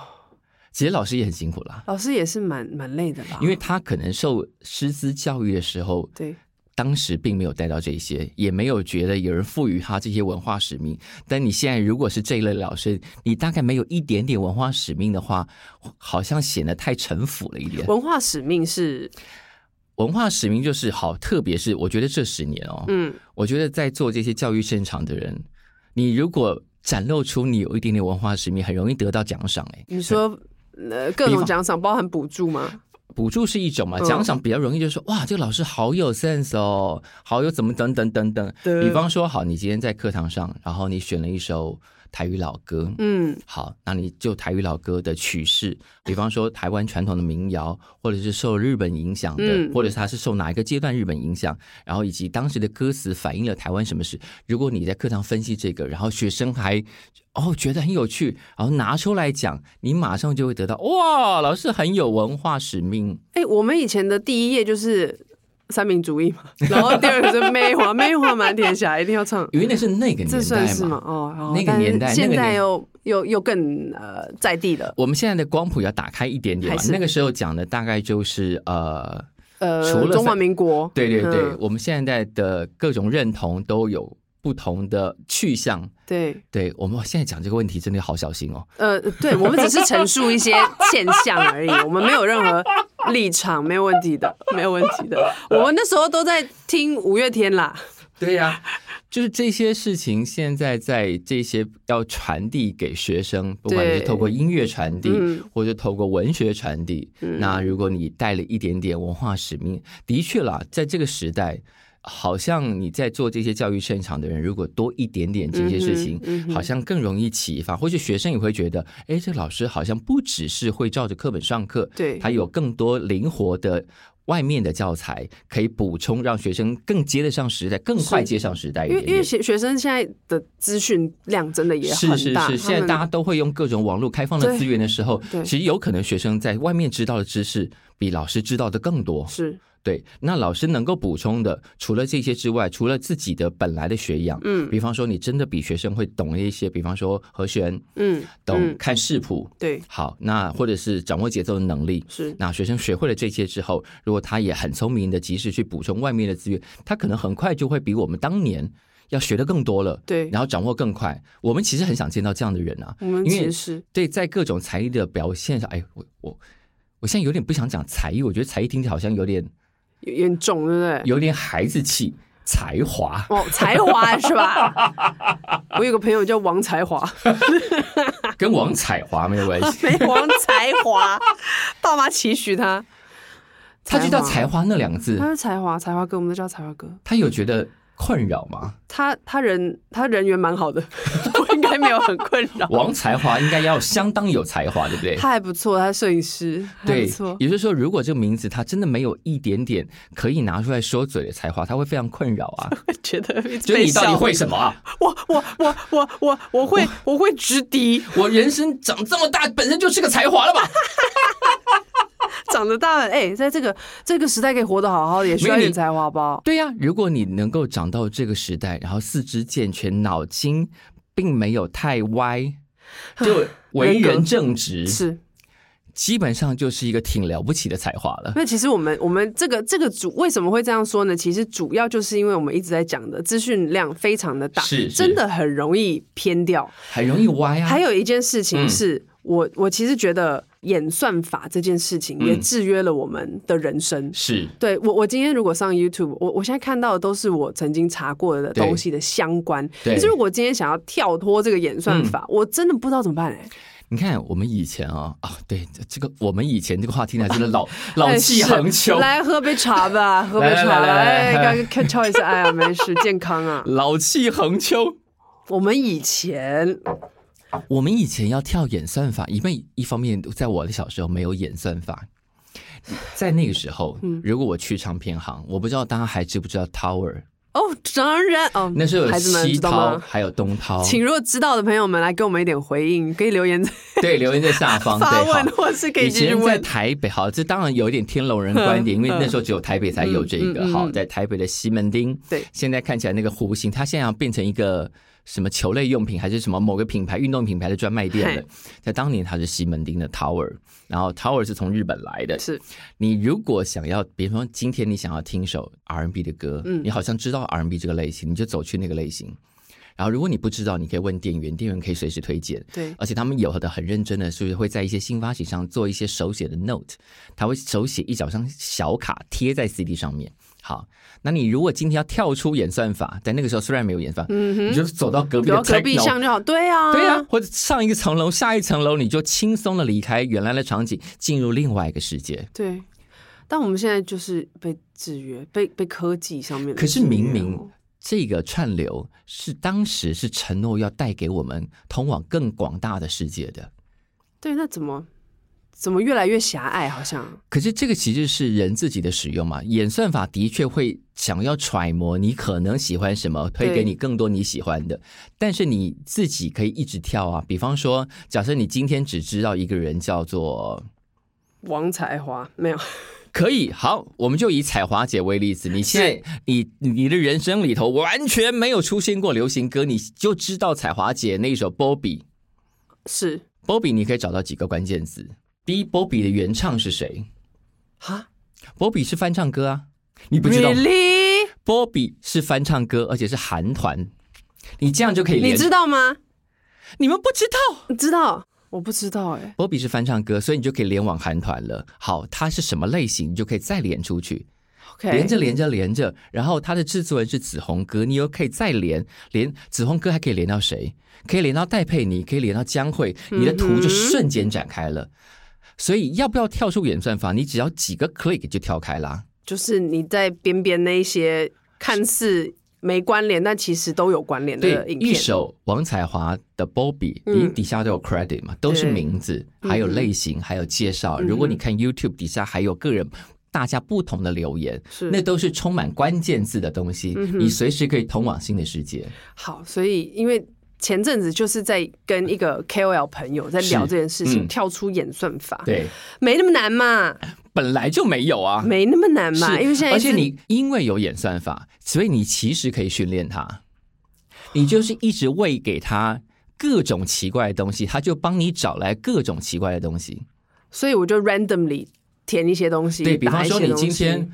[SPEAKER 2] 其实老师也很辛苦啦，
[SPEAKER 1] 老师也是蛮蛮累的啦，
[SPEAKER 2] 因为他可能受师资教育的时候，
[SPEAKER 1] 对，
[SPEAKER 2] 当时并没有带到这些，也没有觉得有人赋予他这些文化使命。但你现在如果是这一类老师，你大概没有一点点文化使命的话，好像显得太城府了一点。
[SPEAKER 1] 文化使命是
[SPEAKER 2] 文化使命就是好，特别是我觉得这十年哦，
[SPEAKER 1] 嗯
[SPEAKER 2] 我觉得在做这些教育现场的人，你如果展露出你有一点点文化使命，很容易得到奖赏。哎，
[SPEAKER 1] 你说呃各
[SPEAKER 2] 比
[SPEAKER 1] 种
[SPEAKER 2] 方
[SPEAKER 1] 奖赏包含补助吗？
[SPEAKER 2] 补助是一种嘛，
[SPEAKER 1] 嗯
[SPEAKER 2] 奖赏比较容易，就是说哇，这个老师好有 sense 哦，好有怎么等等等等。
[SPEAKER 1] 对
[SPEAKER 2] 比方说，好，你今天在课堂上，然后你选了一首台语老歌，
[SPEAKER 1] 嗯
[SPEAKER 2] 好，那你就台语老歌的曲式，比方说台湾传统的民谣，或者是受日本影响的，
[SPEAKER 1] 嗯
[SPEAKER 2] 或者是它是受哪一个阶段日本影响，然后以及当时的歌词反映了台湾什么事。如果你在课堂分析这个，然后学生还哦觉得很有趣，然后拿出来讲，你马上就会得到哇，老师很有文化使命。
[SPEAKER 1] 哎、我们以前的第一页就是三民主义嘛，然后第二个是 <laughs> 梅花，梅花满天下，一定要唱，
[SPEAKER 2] 因为那是那个年代
[SPEAKER 1] 这
[SPEAKER 2] 嘛，
[SPEAKER 1] 算是吗？哦，哦
[SPEAKER 2] 那个
[SPEAKER 1] 但是
[SPEAKER 2] 年代那个
[SPEAKER 1] 现在
[SPEAKER 2] 年
[SPEAKER 1] 又又又更呃在地了，
[SPEAKER 2] 我们现在的光谱要打开一点点嘛
[SPEAKER 1] 还，是
[SPEAKER 2] 那个时候讲的大概就是呃，除
[SPEAKER 1] 呃，
[SPEAKER 2] 了
[SPEAKER 1] 中华
[SPEAKER 2] 三
[SPEAKER 1] 民国，
[SPEAKER 2] 对对对，
[SPEAKER 1] 嗯
[SPEAKER 2] 我们现在的各种认同都有不同的去向。
[SPEAKER 1] 对，
[SPEAKER 2] 对我们现在讲这个问题，真的要好小心哦。
[SPEAKER 1] 呃，对，我们只是陈述一些现象而已， <laughs> 我们没有任何立场，没有问题的，没有问题的。我们那时候都在听五月天啦，
[SPEAKER 2] <laughs> 对呀、就是这些事情，现在在这些要传递给学生，不管是
[SPEAKER 1] 对
[SPEAKER 2] 透过音乐传递，
[SPEAKER 1] 嗯
[SPEAKER 2] 或者透过文学传递。那如果你带了一点点文化使命，的确啦，在这个时代，好像你在做这些教育现场的人，如果多一点点这些事情，
[SPEAKER 1] 嗯哼嗯哼
[SPEAKER 2] 好像更容易启发，或许学生也会觉得，哎，这个老师好像不只是会照着课本上课，
[SPEAKER 1] 对
[SPEAKER 2] 他有更多灵活的。外面的教材可以补充，让学生更接得上时代，更快接上时代一
[SPEAKER 1] 因为
[SPEAKER 2] 点
[SPEAKER 1] 因为
[SPEAKER 2] 点。
[SPEAKER 1] 学学生现在的资讯量真的也很
[SPEAKER 2] 是是
[SPEAKER 1] 大，
[SPEAKER 2] 是，
[SPEAKER 1] 他
[SPEAKER 2] 现在
[SPEAKER 1] 们
[SPEAKER 2] 大家都会用各种网络开放的
[SPEAKER 1] 对
[SPEAKER 2] 资源的时候
[SPEAKER 1] 对，
[SPEAKER 2] 其实有可能学生在外面知道的知识比老师知道的更多。
[SPEAKER 1] 是
[SPEAKER 2] 对，那老师能够补充的，除了这些之外，除了自己的本来的学养，
[SPEAKER 1] 嗯
[SPEAKER 2] 比方说你真的比学生会懂一些，比方说和弦，
[SPEAKER 1] 嗯
[SPEAKER 2] 懂
[SPEAKER 1] 嗯
[SPEAKER 2] 看视谱，
[SPEAKER 1] 对
[SPEAKER 2] 好，那或者是掌握节奏的能力。
[SPEAKER 1] 是
[SPEAKER 2] 那学生学会了这些之后，如果他也很聪明的及时去补充外面的资源，他可能很快就会比我们当年要学的更多了，
[SPEAKER 1] 对，
[SPEAKER 2] 然后掌握更快。我们其实很想见到这样的人啊，
[SPEAKER 1] 我们
[SPEAKER 2] 因
[SPEAKER 1] 其
[SPEAKER 2] 为
[SPEAKER 1] 实是
[SPEAKER 2] 对，在各种才艺的表现上，哎，我我我现在有点不想讲才艺，我觉得才艺听起来好像有点
[SPEAKER 1] 有点重，对不对？
[SPEAKER 2] 有点孩子气，才华。
[SPEAKER 1] 哦，才
[SPEAKER 2] <laughs>
[SPEAKER 1] 华是吧？我有个朋友叫王才华，
[SPEAKER 2] 跟王彩华没
[SPEAKER 1] <laughs>
[SPEAKER 2] 有关系，
[SPEAKER 1] 没王才 <laughs> 华，爸妈期许他，
[SPEAKER 2] 他就叫才
[SPEAKER 1] 华，啊
[SPEAKER 2] 华那两个字
[SPEAKER 1] 他，是才华，才华哥，我们都叫才华哥。
[SPEAKER 2] 他有觉得困扰吗？
[SPEAKER 1] 他他人他人缘蛮好的， <laughs> 我应该没有很困扰。
[SPEAKER 2] 王才华应该要相当有才华，对不对？
[SPEAKER 1] 他还不错，他是摄影师，还
[SPEAKER 2] 对
[SPEAKER 1] 不错，。
[SPEAKER 2] 也就是说，如果这个名字他真的没有一点点可以拿出来说嘴的才华，他会非常困扰
[SPEAKER 1] <laughs>
[SPEAKER 2] 啊。
[SPEAKER 1] 我觉得一直
[SPEAKER 2] 就
[SPEAKER 1] 被
[SPEAKER 2] 是你到底
[SPEAKER 1] 笑
[SPEAKER 2] 会什么啊？
[SPEAKER 1] 我我我我我我会我会直敌，
[SPEAKER 2] 我人生长这么大，本身就是个才华了吧？
[SPEAKER 1] 长得大了，哎、在这个这个时代可以活得好好的，也需要一
[SPEAKER 2] 没有
[SPEAKER 1] 点
[SPEAKER 2] 你
[SPEAKER 1] 才华吧？
[SPEAKER 2] 对呀、如果你能够长到这个时代，然后四肢健全，脑筋并没有太歪，就为
[SPEAKER 1] 人格
[SPEAKER 2] 人正直，
[SPEAKER 1] 是，
[SPEAKER 2] 基本上就是一个挺了不起的才华了。
[SPEAKER 1] 那其实我们我们这个这个主为什么会这样说呢？其实主要就是因为我们一直在讲的资讯量非常的大，
[SPEAKER 2] 是是
[SPEAKER 1] 真的很容易偏掉。
[SPEAKER 2] 很容易歪啊。
[SPEAKER 1] 还有一件事情
[SPEAKER 2] 嗯
[SPEAKER 1] 是、我我其实觉得演算法这件事情
[SPEAKER 2] 嗯
[SPEAKER 1] 也制约了我们的人生。
[SPEAKER 2] 是
[SPEAKER 1] 对我，我今天如果上 YouTube，我我现在看到的都是我曾经查过的
[SPEAKER 2] 对
[SPEAKER 1] 东西的相关。
[SPEAKER 2] 对嗯
[SPEAKER 1] 可是如果今天想要跳脱这个演算法，我真的不知道怎么办哎、
[SPEAKER 2] 你看我们以前啊啊，对这个我们以前这个话题呢，真的
[SPEAKER 1] <laughs>
[SPEAKER 2] 老老气
[SPEAKER 1] 哎
[SPEAKER 2] 横
[SPEAKER 1] 是
[SPEAKER 2] 秋，
[SPEAKER 1] 来喝杯茶
[SPEAKER 2] <laughs>
[SPEAKER 1] 吧，喝杯茶吧，
[SPEAKER 2] 来来来
[SPEAKER 1] 哎，
[SPEAKER 2] 来
[SPEAKER 1] 刚刚敲一下，哎呀，没事，健康啊。
[SPEAKER 2] 老气横秋。
[SPEAKER 1] 我们以前
[SPEAKER 2] 我们以前要跳演算法，因为一方面在我的小时候没有演算法，
[SPEAKER 1] 嗯
[SPEAKER 2] 在那个时候，如果我去唱片行，我不知道大家还知不知道 Tower
[SPEAKER 1] 哦，当然哦，
[SPEAKER 2] 那时候有
[SPEAKER 1] 孩子们
[SPEAKER 2] 西
[SPEAKER 1] 知道
[SPEAKER 2] 涛，
[SPEAKER 1] 吗？
[SPEAKER 2] 还有东涛，
[SPEAKER 1] 请若知道的朋友们来给我们一点回应，可以留言
[SPEAKER 2] 对，留言在下方，对，
[SPEAKER 1] 发
[SPEAKER 2] 好
[SPEAKER 1] 问，。或是可
[SPEAKER 2] 以
[SPEAKER 1] 以继续
[SPEAKER 2] 前在
[SPEAKER 1] 问。
[SPEAKER 2] 台北，好，这当然有一点天龙人观
[SPEAKER 1] <laughs>
[SPEAKER 2] 点，因为那时候只有台北才有这个，
[SPEAKER 1] 嗯嗯
[SPEAKER 2] 好，
[SPEAKER 1] 嗯
[SPEAKER 2] 在台北的西门町，
[SPEAKER 1] 对
[SPEAKER 2] 现在看起来那个弧形，它现在要变成一个什么球类用品，还是什么某个品牌运动品牌的专卖店了
[SPEAKER 1] 嗨。
[SPEAKER 2] 在当年它是西门町的 Tower，然后 Tower 是从日本来的，
[SPEAKER 1] 是
[SPEAKER 2] 你如果想要，比如说今天你想要听一首 R&B 的歌，你好像知道 R&B 这个类型，你就走去那个类型。然后如果你不知道，你可以问店员，店员可以随时推荐。
[SPEAKER 1] 对
[SPEAKER 2] 而且他们有的很认真的，是会在一些新发行上做一些手写的 note，他会手写一小张小卡贴在 CD 上面。好，那你如果今天要跳出演算法，在那个时候虽然没有演算法，你就走到隔壁
[SPEAKER 1] 不要
[SPEAKER 2] 的
[SPEAKER 1] 隔壁
[SPEAKER 2] techno
[SPEAKER 1] 巷就好，对啊，
[SPEAKER 2] 对呀、或者上一个层楼，下一层楼，你就轻松的离开原来的场景，进入另外一个世界。
[SPEAKER 1] 对。但我们现在就是被制约，被被科技上面的
[SPEAKER 2] 可
[SPEAKER 1] 制
[SPEAKER 2] 是
[SPEAKER 1] 约
[SPEAKER 2] 明明
[SPEAKER 1] 哦
[SPEAKER 2] 这个串流是当时是承诺要带给我们通往更广大的世界的，
[SPEAKER 1] 对，那怎么怎么越来越狭隘？好像
[SPEAKER 2] 可是这个其实是人自己的使用嘛，演算法的确会想要揣摩你可能喜欢什么，推给你更多你喜欢的，但是你自己可以一直跳啊。比方说，假设你今天只知道一个人叫做
[SPEAKER 1] 王才华没有， <laughs>
[SPEAKER 2] 可以，好，我们就以彩华姐为例子。你现在，你你的人生里头完全没有出现过流行歌，你就知道彩华姐那一首《Bobby》。
[SPEAKER 1] 是
[SPEAKER 2] Bobby，你可以找到几个关键字。第一，Bobby 的原唱是谁
[SPEAKER 1] 哈，
[SPEAKER 2] ？Bobby 是翻唱歌啊，你不知道
[SPEAKER 1] Really？
[SPEAKER 2] ？Bobby 是翻唱歌，而且是韩团。你这样就可以连，
[SPEAKER 1] 你知道吗？
[SPEAKER 2] 你们不知道
[SPEAKER 1] 你知道？我不知道哎、
[SPEAKER 2] ，Bobby 是翻唱歌，所以你就可以连往韩团了。好，它是什么类型，你就可以再连出去。
[SPEAKER 1] OK，
[SPEAKER 2] 连着连着连着，然后他的制作人是紫红哥，你又可以再连连紫红哥，还可以连到谁？可以连到戴佩妮，可以连到江蕙，你的图就瞬间展开了。所以要不要跳出演算法？你只要几个 click 就跳开啦。
[SPEAKER 1] 就是你在边边那一些看似没关联，但其实都有关联
[SPEAKER 2] 对
[SPEAKER 1] 的，影
[SPEAKER 2] 一
[SPEAKER 1] 片。
[SPEAKER 2] 首王彩华的 Bobby，
[SPEAKER 1] 嗯
[SPEAKER 2] 你底下都有 credit 嘛，都是
[SPEAKER 1] 对嗯
[SPEAKER 2] 名字，还有类型，还有介绍。如果你看 YouTube 底下还有个人。大家不同的留言，
[SPEAKER 1] 是
[SPEAKER 2] 那都是充满关键字的东西，
[SPEAKER 1] 嗯
[SPEAKER 2] 你随时可以通往新的
[SPEAKER 1] <laughs>
[SPEAKER 2] 世界。
[SPEAKER 1] 好，所以因为前阵子就是在跟一个 KOL 朋友在聊
[SPEAKER 2] 是
[SPEAKER 1] 这件事情，
[SPEAKER 2] 嗯
[SPEAKER 1] 跳出演算法，
[SPEAKER 2] 对，
[SPEAKER 1] 没那么难嘛，
[SPEAKER 2] 本来就没有啊。
[SPEAKER 1] 没那么难嘛，
[SPEAKER 2] 是
[SPEAKER 1] 因为现在
[SPEAKER 2] 而且
[SPEAKER 1] 是
[SPEAKER 2] 你因为有演算法，所以你其实可以训
[SPEAKER 1] <sighs>
[SPEAKER 2] 练它。你就是一直喂给它各种奇怪的东西，它就帮你找来各种奇怪的东西。
[SPEAKER 1] 所以我就 randomly 填一些东西，
[SPEAKER 2] 对比
[SPEAKER 1] 打
[SPEAKER 2] 方
[SPEAKER 1] 一
[SPEAKER 2] 说，
[SPEAKER 1] 些
[SPEAKER 2] 你
[SPEAKER 1] 东
[SPEAKER 2] 今
[SPEAKER 1] 西
[SPEAKER 2] 天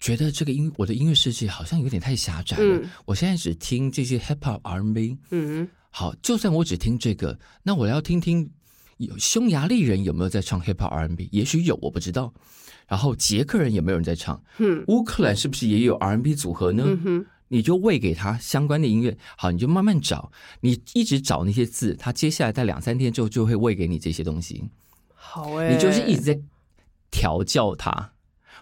[SPEAKER 2] 觉得这个音我的音乐世界好像有点太狭窄了，
[SPEAKER 1] 嗯
[SPEAKER 2] 我现在只听这些 hip hop R&B。
[SPEAKER 1] 嗯
[SPEAKER 2] 好，就算我只听这个，那我要听听有匈牙利人有没有在唱 hip hop R&B，也许有，我不知道。然后捷克人有没有人在唱？
[SPEAKER 1] 嗯，
[SPEAKER 2] 乌克兰是不是也有 R&B 组合呢？
[SPEAKER 1] 嗯哼，
[SPEAKER 2] 你就喂给他相关的音乐，好，你就慢慢找，你一直找那些字，他接下来在两三天之后就会喂给你这些东西，
[SPEAKER 1] 好哎、
[SPEAKER 2] 你就是一直在调教他，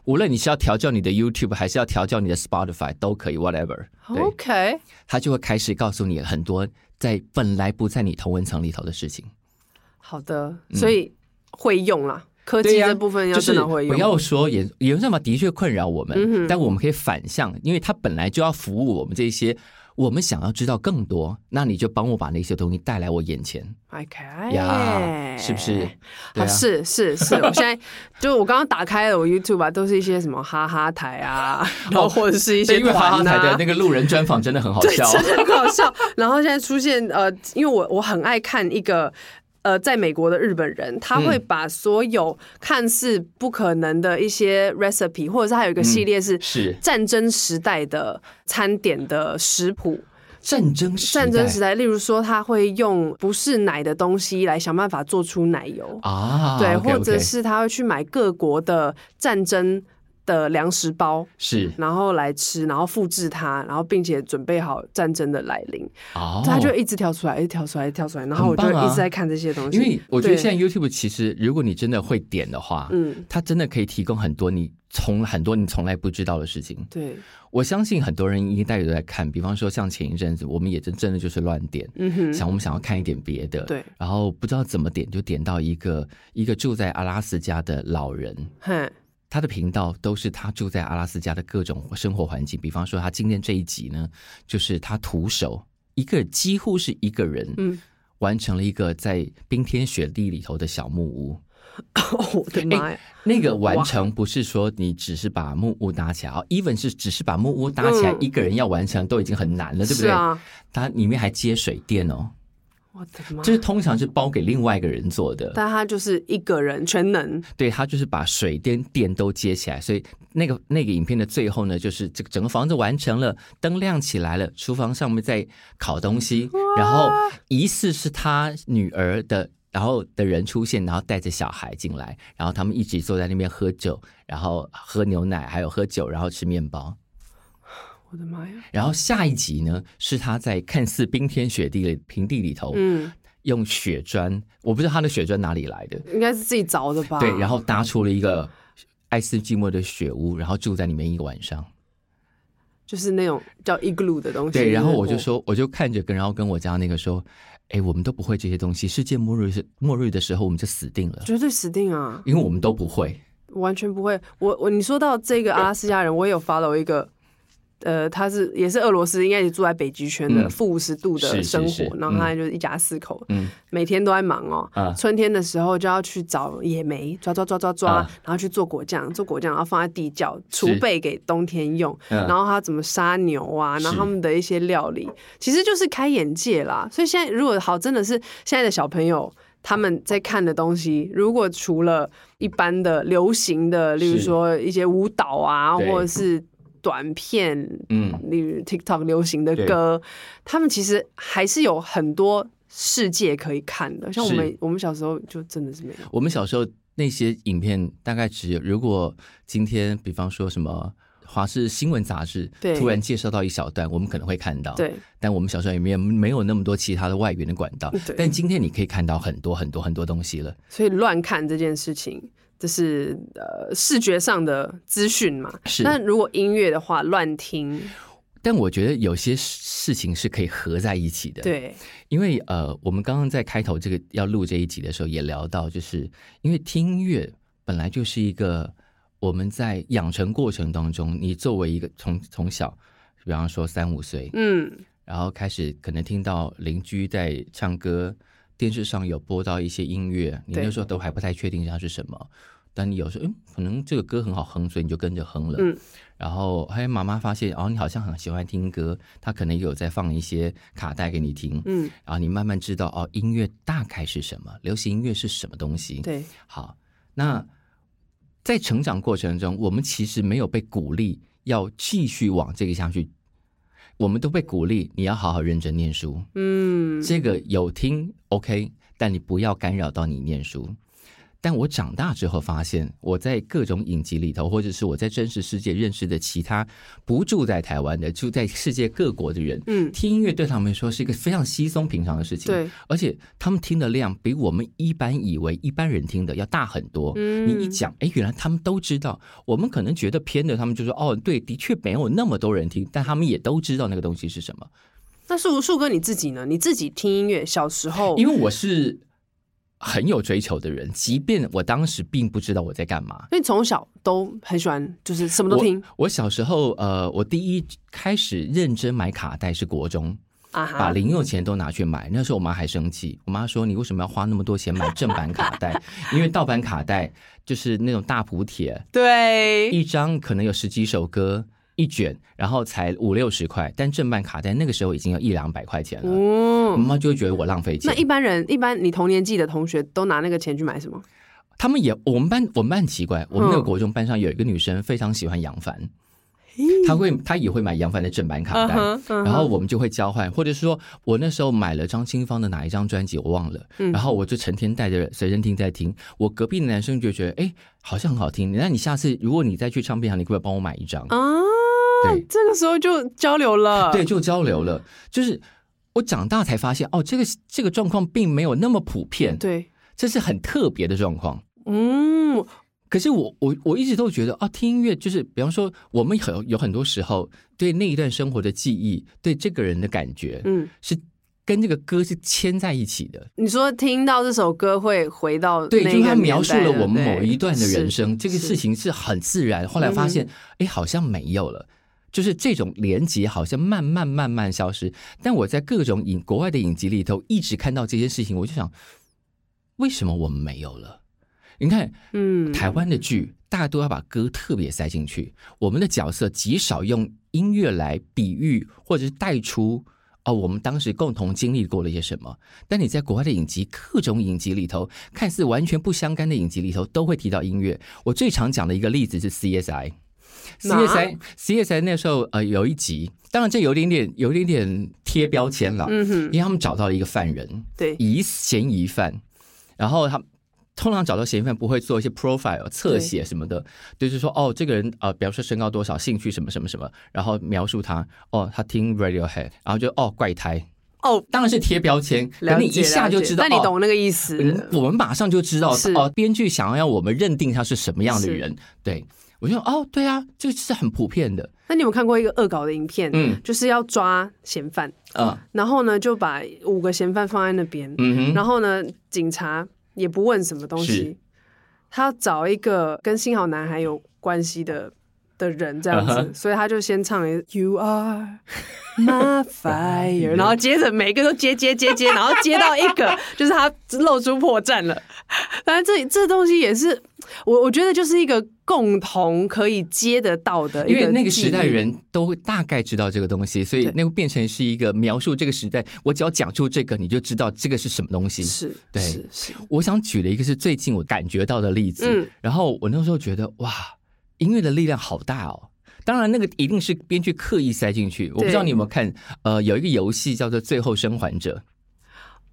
[SPEAKER 2] 无论你是要调教你的 YouTube，还是要调教你的 Spotify，都可以，whatever，对，
[SPEAKER 1] 欸 OK，
[SPEAKER 2] 他就会开始告诉你很多在本来不在你同文层里头的事情。
[SPEAKER 1] 好的，所以会用啦，科技
[SPEAKER 2] 嗯对呀
[SPEAKER 1] 这部分要
[SPEAKER 2] 就是
[SPEAKER 1] 真的会
[SPEAKER 2] 不
[SPEAKER 1] 用，
[SPEAKER 2] 要说演演算法的确困扰我们，
[SPEAKER 1] 嗯哼
[SPEAKER 2] 但我们可以反向，因为它本来就要服务我们这些，我们想要知道更多，那你就帮我把那些东西带来我眼前
[SPEAKER 1] OK
[SPEAKER 2] 呀，是不是？？对
[SPEAKER 1] 啊，
[SPEAKER 2] 啊，
[SPEAKER 1] 是是是，我现
[SPEAKER 2] <laughs>
[SPEAKER 1] 在就我刚刚打开了我 YouTube 啊，都是一些什么哈哈台啊，然后或者是一
[SPEAKER 2] 哦对
[SPEAKER 1] 些
[SPEAKER 2] 因为华
[SPEAKER 1] 团
[SPEAKER 2] 哈台的
[SPEAKER 1] 啊
[SPEAKER 2] 那。个路人专访真的很好
[SPEAKER 1] <laughs>
[SPEAKER 2] 笑，
[SPEAKER 1] 真的很好笑。然后现在出现呃，因为我我很爱看一个。呃，在美国的日本人，他
[SPEAKER 2] 嗯
[SPEAKER 1] 会把所有看似不可能的一些 recipe，或者是还有一个系列是
[SPEAKER 2] 嗯是
[SPEAKER 1] 战争时代的餐点的食谱，
[SPEAKER 2] 战争时代
[SPEAKER 1] 战争时代，例如说他会用不是奶的东西来想办法做出奶油，
[SPEAKER 2] 啊，
[SPEAKER 1] 对
[SPEAKER 2] OK，OK
[SPEAKER 1] 或者是他会去买各国的战争的粮食包，
[SPEAKER 2] 是
[SPEAKER 1] 然后来吃，然后复制它，然后并且准备好战争的来临，
[SPEAKER 2] 哦，
[SPEAKER 1] 他就一直跳出来，一直跳出来，一直跳出来，然后我就
[SPEAKER 2] 很棒啊
[SPEAKER 1] 一直在看这些东西。
[SPEAKER 2] 因为我觉得
[SPEAKER 1] 对
[SPEAKER 2] 现在 YouTube 其实，如果你真的会点的话，
[SPEAKER 1] 嗯，
[SPEAKER 2] 它真的可以提供很多你从很多你从来不知道的事情。
[SPEAKER 1] 对，
[SPEAKER 2] 我相信很多人一代都在看，比方说像前一阵子，我们也真真的就是乱点，
[SPEAKER 1] 嗯哼，
[SPEAKER 2] 想我们想要看一点别的，
[SPEAKER 1] 对，
[SPEAKER 2] 然后不知道怎么点，就点到一个一个住在阿拉斯加的老人，
[SPEAKER 1] 哼，
[SPEAKER 2] 他的频道都是他住在阿拉斯加的各种生活环境，比方说他今天这一集呢，就是他徒手一个几乎是一个人，
[SPEAKER 1] 嗯， <laughs>
[SPEAKER 2] 完成了一个在冰天雪地里头的小木屋。
[SPEAKER 1] 哦，我
[SPEAKER 2] 哎
[SPEAKER 1] 的妈呀！
[SPEAKER 2] 那个完成不是说你只是把木屋搭起来哦，even 是只是把木屋搭起来
[SPEAKER 1] 嗯，
[SPEAKER 2] 一个人要完成都已经很难了，对不
[SPEAKER 1] 是
[SPEAKER 2] 对？
[SPEAKER 1] 啊，
[SPEAKER 2] 它里面还接水电哦，
[SPEAKER 1] 我的妈
[SPEAKER 2] 就！是通常是包给另外一个人做的。
[SPEAKER 1] 但他就是一个人全能，
[SPEAKER 2] 对，他就是把水电电都接起来，所以那个那个影片的最后呢，就是这个整个房子完成了，灯亮起来了，厨房上面在烤东西，然后疑似是他女儿的，然后的人出现，然后带着小孩进来，然后他们一起坐在那边喝酒，然后喝牛奶，还有喝酒，然后吃面包。
[SPEAKER 1] 我的妈呀！
[SPEAKER 2] 然后下一集呢，是他在看似冰天雪地的平地里头，
[SPEAKER 1] 嗯，
[SPEAKER 2] 用雪砖，我不知道他的雪砖哪里来的，
[SPEAKER 1] 应该是自己凿的吧？
[SPEAKER 2] 对，然后搭出了一个爱斯基摩的雪屋，然后住在里面一个晚上。
[SPEAKER 1] 就是那种叫 igloo 的东西。
[SPEAKER 2] 对，然后我
[SPEAKER 1] 是
[SPEAKER 2] 就说，我就看着跟，然后跟我家那个说，哎，我们都不会这些东西，世界末日是末日的时候我们就死定了，
[SPEAKER 1] 绝对死定啊！
[SPEAKER 2] 因为我们都不会。
[SPEAKER 1] 完全不会。我我你说到这个阿拉斯加人，我也有 follow 一个，呃，他是也是俄罗斯，应该也住在北极圈的
[SPEAKER 2] 嗯
[SPEAKER 1] 负五十度的
[SPEAKER 2] 是是
[SPEAKER 1] 生活，
[SPEAKER 2] 是
[SPEAKER 1] 然后他就是一家四口，
[SPEAKER 2] 嗯
[SPEAKER 1] 每天都在忙哦。
[SPEAKER 2] 啊
[SPEAKER 1] 春天的时候就要去找野莓，抓抓抓抓抓，
[SPEAKER 2] 啊
[SPEAKER 1] 然后去做果酱，做果酱然后放在地窖储
[SPEAKER 2] 是
[SPEAKER 1] 备给冬天用。
[SPEAKER 2] 嗯
[SPEAKER 1] 然后他怎么杀牛啊，然后
[SPEAKER 2] 是
[SPEAKER 1] 他们的一些料理，其实就是开眼界啦。所以现在如果好，真的是现在的小朋友他们在看的东西，如果除了一般的流行的，例如
[SPEAKER 2] 是
[SPEAKER 1] 说一些舞蹈啊，
[SPEAKER 2] 对
[SPEAKER 1] 或者是短片，
[SPEAKER 2] 嗯，
[SPEAKER 1] 例如 TikTok 流行的
[SPEAKER 2] 对
[SPEAKER 1] 歌，他们其实还是有很多世界可以看的。像我们我们小时候就真的是没有，
[SPEAKER 2] 我们小时候那些影片大概只有，如果今天比方说什么。华视新闻杂志
[SPEAKER 1] 对
[SPEAKER 2] 突然介绍到一小段，我们可能会看到。
[SPEAKER 1] 对，
[SPEAKER 2] 但我们小时候也没有没有那么多其他的外援的管道
[SPEAKER 1] 嗯对。
[SPEAKER 2] 啊但今天你可以看到很多很多很多东西了。
[SPEAKER 1] 所以乱看这件事情。这是呃视觉上的资讯嘛？
[SPEAKER 2] 是
[SPEAKER 1] 那如果音乐的话，乱听，
[SPEAKER 2] 但我觉得有些事情是可以合在一起的。，
[SPEAKER 1] 对，
[SPEAKER 2] 因为呃，我们刚刚在开头这个要录这一集的时候也聊到，就是因为听音乐本来就是一个我们在养成过程当中，你作为一个从从小，比方说三五岁，
[SPEAKER 1] 嗯，
[SPEAKER 2] 然后开始可能听到邻居在唱歌，电视上有播到一些音乐，你
[SPEAKER 1] 对
[SPEAKER 2] 那时候都还不太确定它是什么，但你有时候嗯，可能这个歌很好哼，所以你就跟着哼了。
[SPEAKER 1] 嗯、
[SPEAKER 2] 然后哎，妈妈发现哦，你好像很喜欢听歌，她可能也有在放一些卡带给你听，
[SPEAKER 1] 嗯，
[SPEAKER 2] 然后你慢慢知道哦，音乐大概是什么，流行音乐是什么东西。，
[SPEAKER 1] 对，
[SPEAKER 2] 好，那在成长过程中，我们其实没有被鼓励要继续往这个下去，我们都被鼓励你要好好认真念书。
[SPEAKER 1] 嗯，
[SPEAKER 2] 这个有听 OK，但你不要干扰到你念书。但我长大之后发现，我在各种影集里头，或者是我在真实世界认识的其他不住在台湾的、住在世界各国的人，
[SPEAKER 1] 嗯
[SPEAKER 2] 听音乐对他们来说是一个非常稀松平常的事情。
[SPEAKER 1] 对，
[SPEAKER 2] 而且他们听的量比我们一般以为一般人听的要大很多。
[SPEAKER 1] 嗯
[SPEAKER 2] 你一讲，哎，原来他们都知道。我们可能觉得偏的，他们就说，哦，对，的确没有那么多人听，但他们也都知道那个东西是什么。
[SPEAKER 1] 那树树哥你自己呢？你自己听音乐，小时候
[SPEAKER 2] 因
[SPEAKER 1] 为
[SPEAKER 2] 为我是很有追求的人，即便我当时并不知道我在干嘛，
[SPEAKER 1] 因为从小都很喜欢，就是什么都
[SPEAKER 2] 我
[SPEAKER 1] 听
[SPEAKER 2] 我小时候，呃，我第一开始认真买卡带是国中，
[SPEAKER 1] 啊
[SPEAKER 2] 把
[SPEAKER 1] 哈，
[SPEAKER 2] 零用钱都拿去买。那时候我妈还生气，我妈说：“你为什么要花那么多钱买正版卡
[SPEAKER 1] <laughs>
[SPEAKER 2] 带？因为盗版卡带就是那种大补帖，
[SPEAKER 1] 对，
[SPEAKER 2] 一张可能有十几首歌，一卷，然后才五六十块。但正版卡带那个时候已经有一两百块钱了，我
[SPEAKER 1] 哦，
[SPEAKER 2] 妈就会觉得我浪费钱
[SPEAKER 1] 那。一般人一般你同年纪的同学都拿那个钱去买什么？
[SPEAKER 2] 他们也，我们班我们班很奇怪，
[SPEAKER 1] 嗯
[SPEAKER 2] 我们那个国中班上有一个女生非常喜欢杨帆，她会她也会买杨帆的正版卡带。
[SPEAKER 1] 嗯哼
[SPEAKER 2] 啊然后我们就会交换，或者是说我那时候买了张清芳的哪一张专辑我忘了，
[SPEAKER 1] 嗯
[SPEAKER 2] 然后我就成天带着随身听在听。我隔壁的男生就觉得，哎，好像很好听。那你下次如果你再去唱片行，你可不可以帮我买一张？
[SPEAKER 1] 啊，
[SPEAKER 2] 对
[SPEAKER 1] 这个时候就交流了，
[SPEAKER 2] 对，，就交流了。就是我长大才发现，哦，这个这个状况并没有那么普遍，
[SPEAKER 1] 对，
[SPEAKER 2] 这是很特别的状况。
[SPEAKER 1] 嗯，
[SPEAKER 2] 可是我我我一直都觉得啊，听音乐就是，比方说我们很有很多时候对那一段生活的记忆，对这个人的感觉，
[SPEAKER 1] 嗯，
[SPEAKER 2] 是跟这个歌是牵在一起的。
[SPEAKER 1] 你说听到这首歌会回到
[SPEAKER 2] 对，
[SPEAKER 1] 那
[SPEAKER 2] 就是
[SPEAKER 1] 个
[SPEAKER 2] 他
[SPEAKER 1] 年
[SPEAKER 2] 描述
[SPEAKER 1] 代
[SPEAKER 2] 了
[SPEAKER 1] 对
[SPEAKER 2] 我们
[SPEAKER 1] 不
[SPEAKER 2] 某
[SPEAKER 1] 对
[SPEAKER 2] 一段的
[SPEAKER 1] 是
[SPEAKER 2] 人生，这个
[SPEAKER 1] 是嗯
[SPEAKER 2] 事情是很自然。后来发现，哎、好像没有了，就是这种连结好像慢慢慢慢消失。但我在各种影国外的影集里头一直看到这件事情，我就想，为什么我们没有了？你看
[SPEAKER 1] 嗯
[SPEAKER 2] 台湾的剧，大多要把歌特别塞进去，我们的角色极少用音乐来比喻或者是带出。哦，我们当时共同经历过了些什么？但你在国外的影集，各种影集里头，看似完全不相干的影集里头，都会提到音乐。我最常讲的一个例子是 CSI。
[SPEAKER 1] 哪
[SPEAKER 2] CSI CSI 那时候呃有一集，当然这有点点有点点贴标签了，
[SPEAKER 1] 嗯
[SPEAKER 2] 因
[SPEAKER 1] 哼，
[SPEAKER 2] 为他们找到了一个犯人，
[SPEAKER 1] 对，
[SPEAKER 2] 疑嫌疑犯，然后他们通常找到嫌疑犯不会做一些 profile 侧写什么的，就是说哦，这个人呃，比方说身高多少，兴趣什么什么什么，然后描述他哦，他听 Radiohead，然后就哦怪胎，
[SPEAKER 1] 哦，
[SPEAKER 2] 当然是贴标签，
[SPEAKER 1] <laughs> 了
[SPEAKER 2] 可你
[SPEAKER 1] 解
[SPEAKER 2] 一下
[SPEAKER 1] 了
[SPEAKER 2] 就
[SPEAKER 1] 解
[SPEAKER 2] 知道，
[SPEAKER 1] 那你
[SPEAKER 2] 哦
[SPEAKER 1] 懂那个意思？
[SPEAKER 2] 嗯，我们马上就知道
[SPEAKER 1] 是
[SPEAKER 2] 哦，编剧想要让我们认定他是什么样的
[SPEAKER 1] 是
[SPEAKER 2] 人。对我就哦，对啊，这个是很普遍的。
[SPEAKER 1] 那你有没有看过一个恶搞的影片？
[SPEAKER 2] 嗯
[SPEAKER 1] 就是要抓嫌犯，
[SPEAKER 2] 嗯
[SPEAKER 1] 然后呢就把五个嫌犯放在那边，
[SPEAKER 2] 嗯哼，
[SPEAKER 1] 然后呢警察也不问什么东
[SPEAKER 2] 是
[SPEAKER 1] 西，他要找一个跟幸好男孩有关系的的人这样子
[SPEAKER 2] 嗯哼
[SPEAKER 1] 所以他就先唱一 You are <laughs> my fire，然后接着每个都接接接接，然后接到一
[SPEAKER 2] <laughs>
[SPEAKER 1] 个就是他露出破绽了。反正这这东西也是我我觉得就是一个共同可以接得到呃的一
[SPEAKER 2] 因为那个
[SPEAKER 1] 记
[SPEAKER 2] 时代
[SPEAKER 1] 忆
[SPEAKER 2] 人都会大概知道这个东西，所以
[SPEAKER 1] 对
[SPEAKER 2] 那会变成是一个描述这个时代。我只要讲出这个，你就知道这个是什么东西。
[SPEAKER 1] 是，
[SPEAKER 2] 对
[SPEAKER 1] 是是，
[SPEAKER 2] 我想举的一个是最近我感觉到的例子，
[SPEAKER 1] 嗯
[SPEAKER 2] 然后我那时候觉得哇，音乐的力量好大哦。当然，那个一定是编剧刻意塞进去。我不知道你有没有看，呃，有一个游戏叫做《最后生还者》，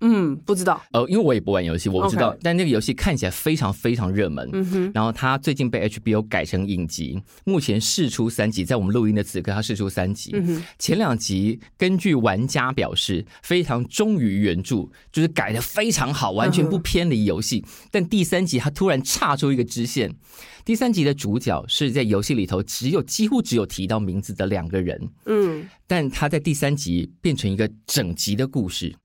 [SPEAKER 1] 嗯，不知道，
[SPEAKER 2] 呃，因为我也不玩游戏，我不知道
[SPEAKER 1] OK
[SPEAKER 2] 但那个游戏看起来非常非常热门。
[SPEAKER 1] 嗯哼，
[SPEAKER 2] 然后它最近被 HBO 改成影集，目前试出三集，在我们录音的此刻，它试出三集。
[SPEAKER 1] 嗯哼，
[SPEAKER 2] 前两集根据玩家表示非常忠于原著，就是改的非常好，完
[SPEAKER 1] 嗯
[SPEAKER 2] 全不偏离游戏。但第三集它突然岔出一个支线，第三集的主角是在游戏里头只有几乎只有提到名字的两个人，
[SPEAKER 1] 嗯，
[SPEAKER 2] 但他在第三集变成一个整集的故事。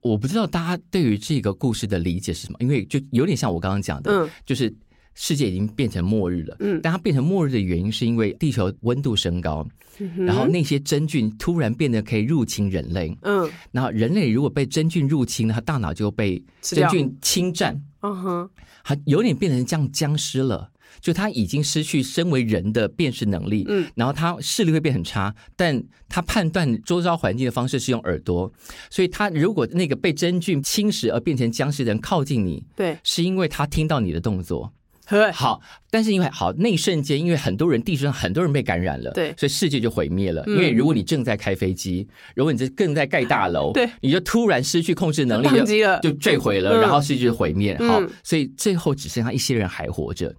[SPEAKER 2] 我不知道大家对于这个故事的理解是什么，因为就有点像我刚刚讲的，
[SPEAKER 1] 嗯
[SPEAKER 2] 就是世界已经变成末日了。
[SPEAKER 1] 嗯
[SPEAKER 2] 但它变成末日的原因是因为地球温度升高，
[SPEAKER 1] 嗯哼
[SPEAKER 2] 然后那些真菌突然变得可以入侵人类。
[SPEAKER 1] 嗯
[SPEAKER 2] 那人类如果被真菌入侵呢，它大脑就被
[SPEAKER 1] 吃
[SPEAKER 2] 真
[SPEAKER 1] 掉
[SPEAKER 2] 菌侵占，
[SPEAKER 1] 嗯哼，
[SPEAKER 2] 它有点变成像僵尸了。就它已经失去身为人的辨识能力，
[SPEAKER 1] 嗯，
[SPEAKER 2] 然后它视力会变很差，但它判断周遭环境的方式是用耳朵，所以它如果那个被真菌侵蚀而变成僵尸的人靠近你，
[SPEAKER 1] 对，
[SPEAKER 2] 是因为他听到你的动作，
[SPEAKER 1] 呵，
[SPEAKER 2] 好，但是因为好那一瞬间，因为很多人地球上很多人被感染了，
[SPEAKER 1] 对
[SPEAKER 2] 所以世界就毁灭了。
[SPEAKER 1] 嗯
[SPEAKER 2] 因为如果你正在开飞机，如果你这正在盖大楼，
[SPEAKER 1] 对，
[SPEAKER 2] 你就突然失去控制能力，
[SPEAKER 1] 嗯宕机了
[SPEAKER 2] 就就坠毁了，
[SPEAKER 1] 嗯
[SPEAKER 2] 然后世界就毁灭。好
[SPEAKER 1] 嗯，
[SPEAKER 2] 所以最后只剩下一些人还活着。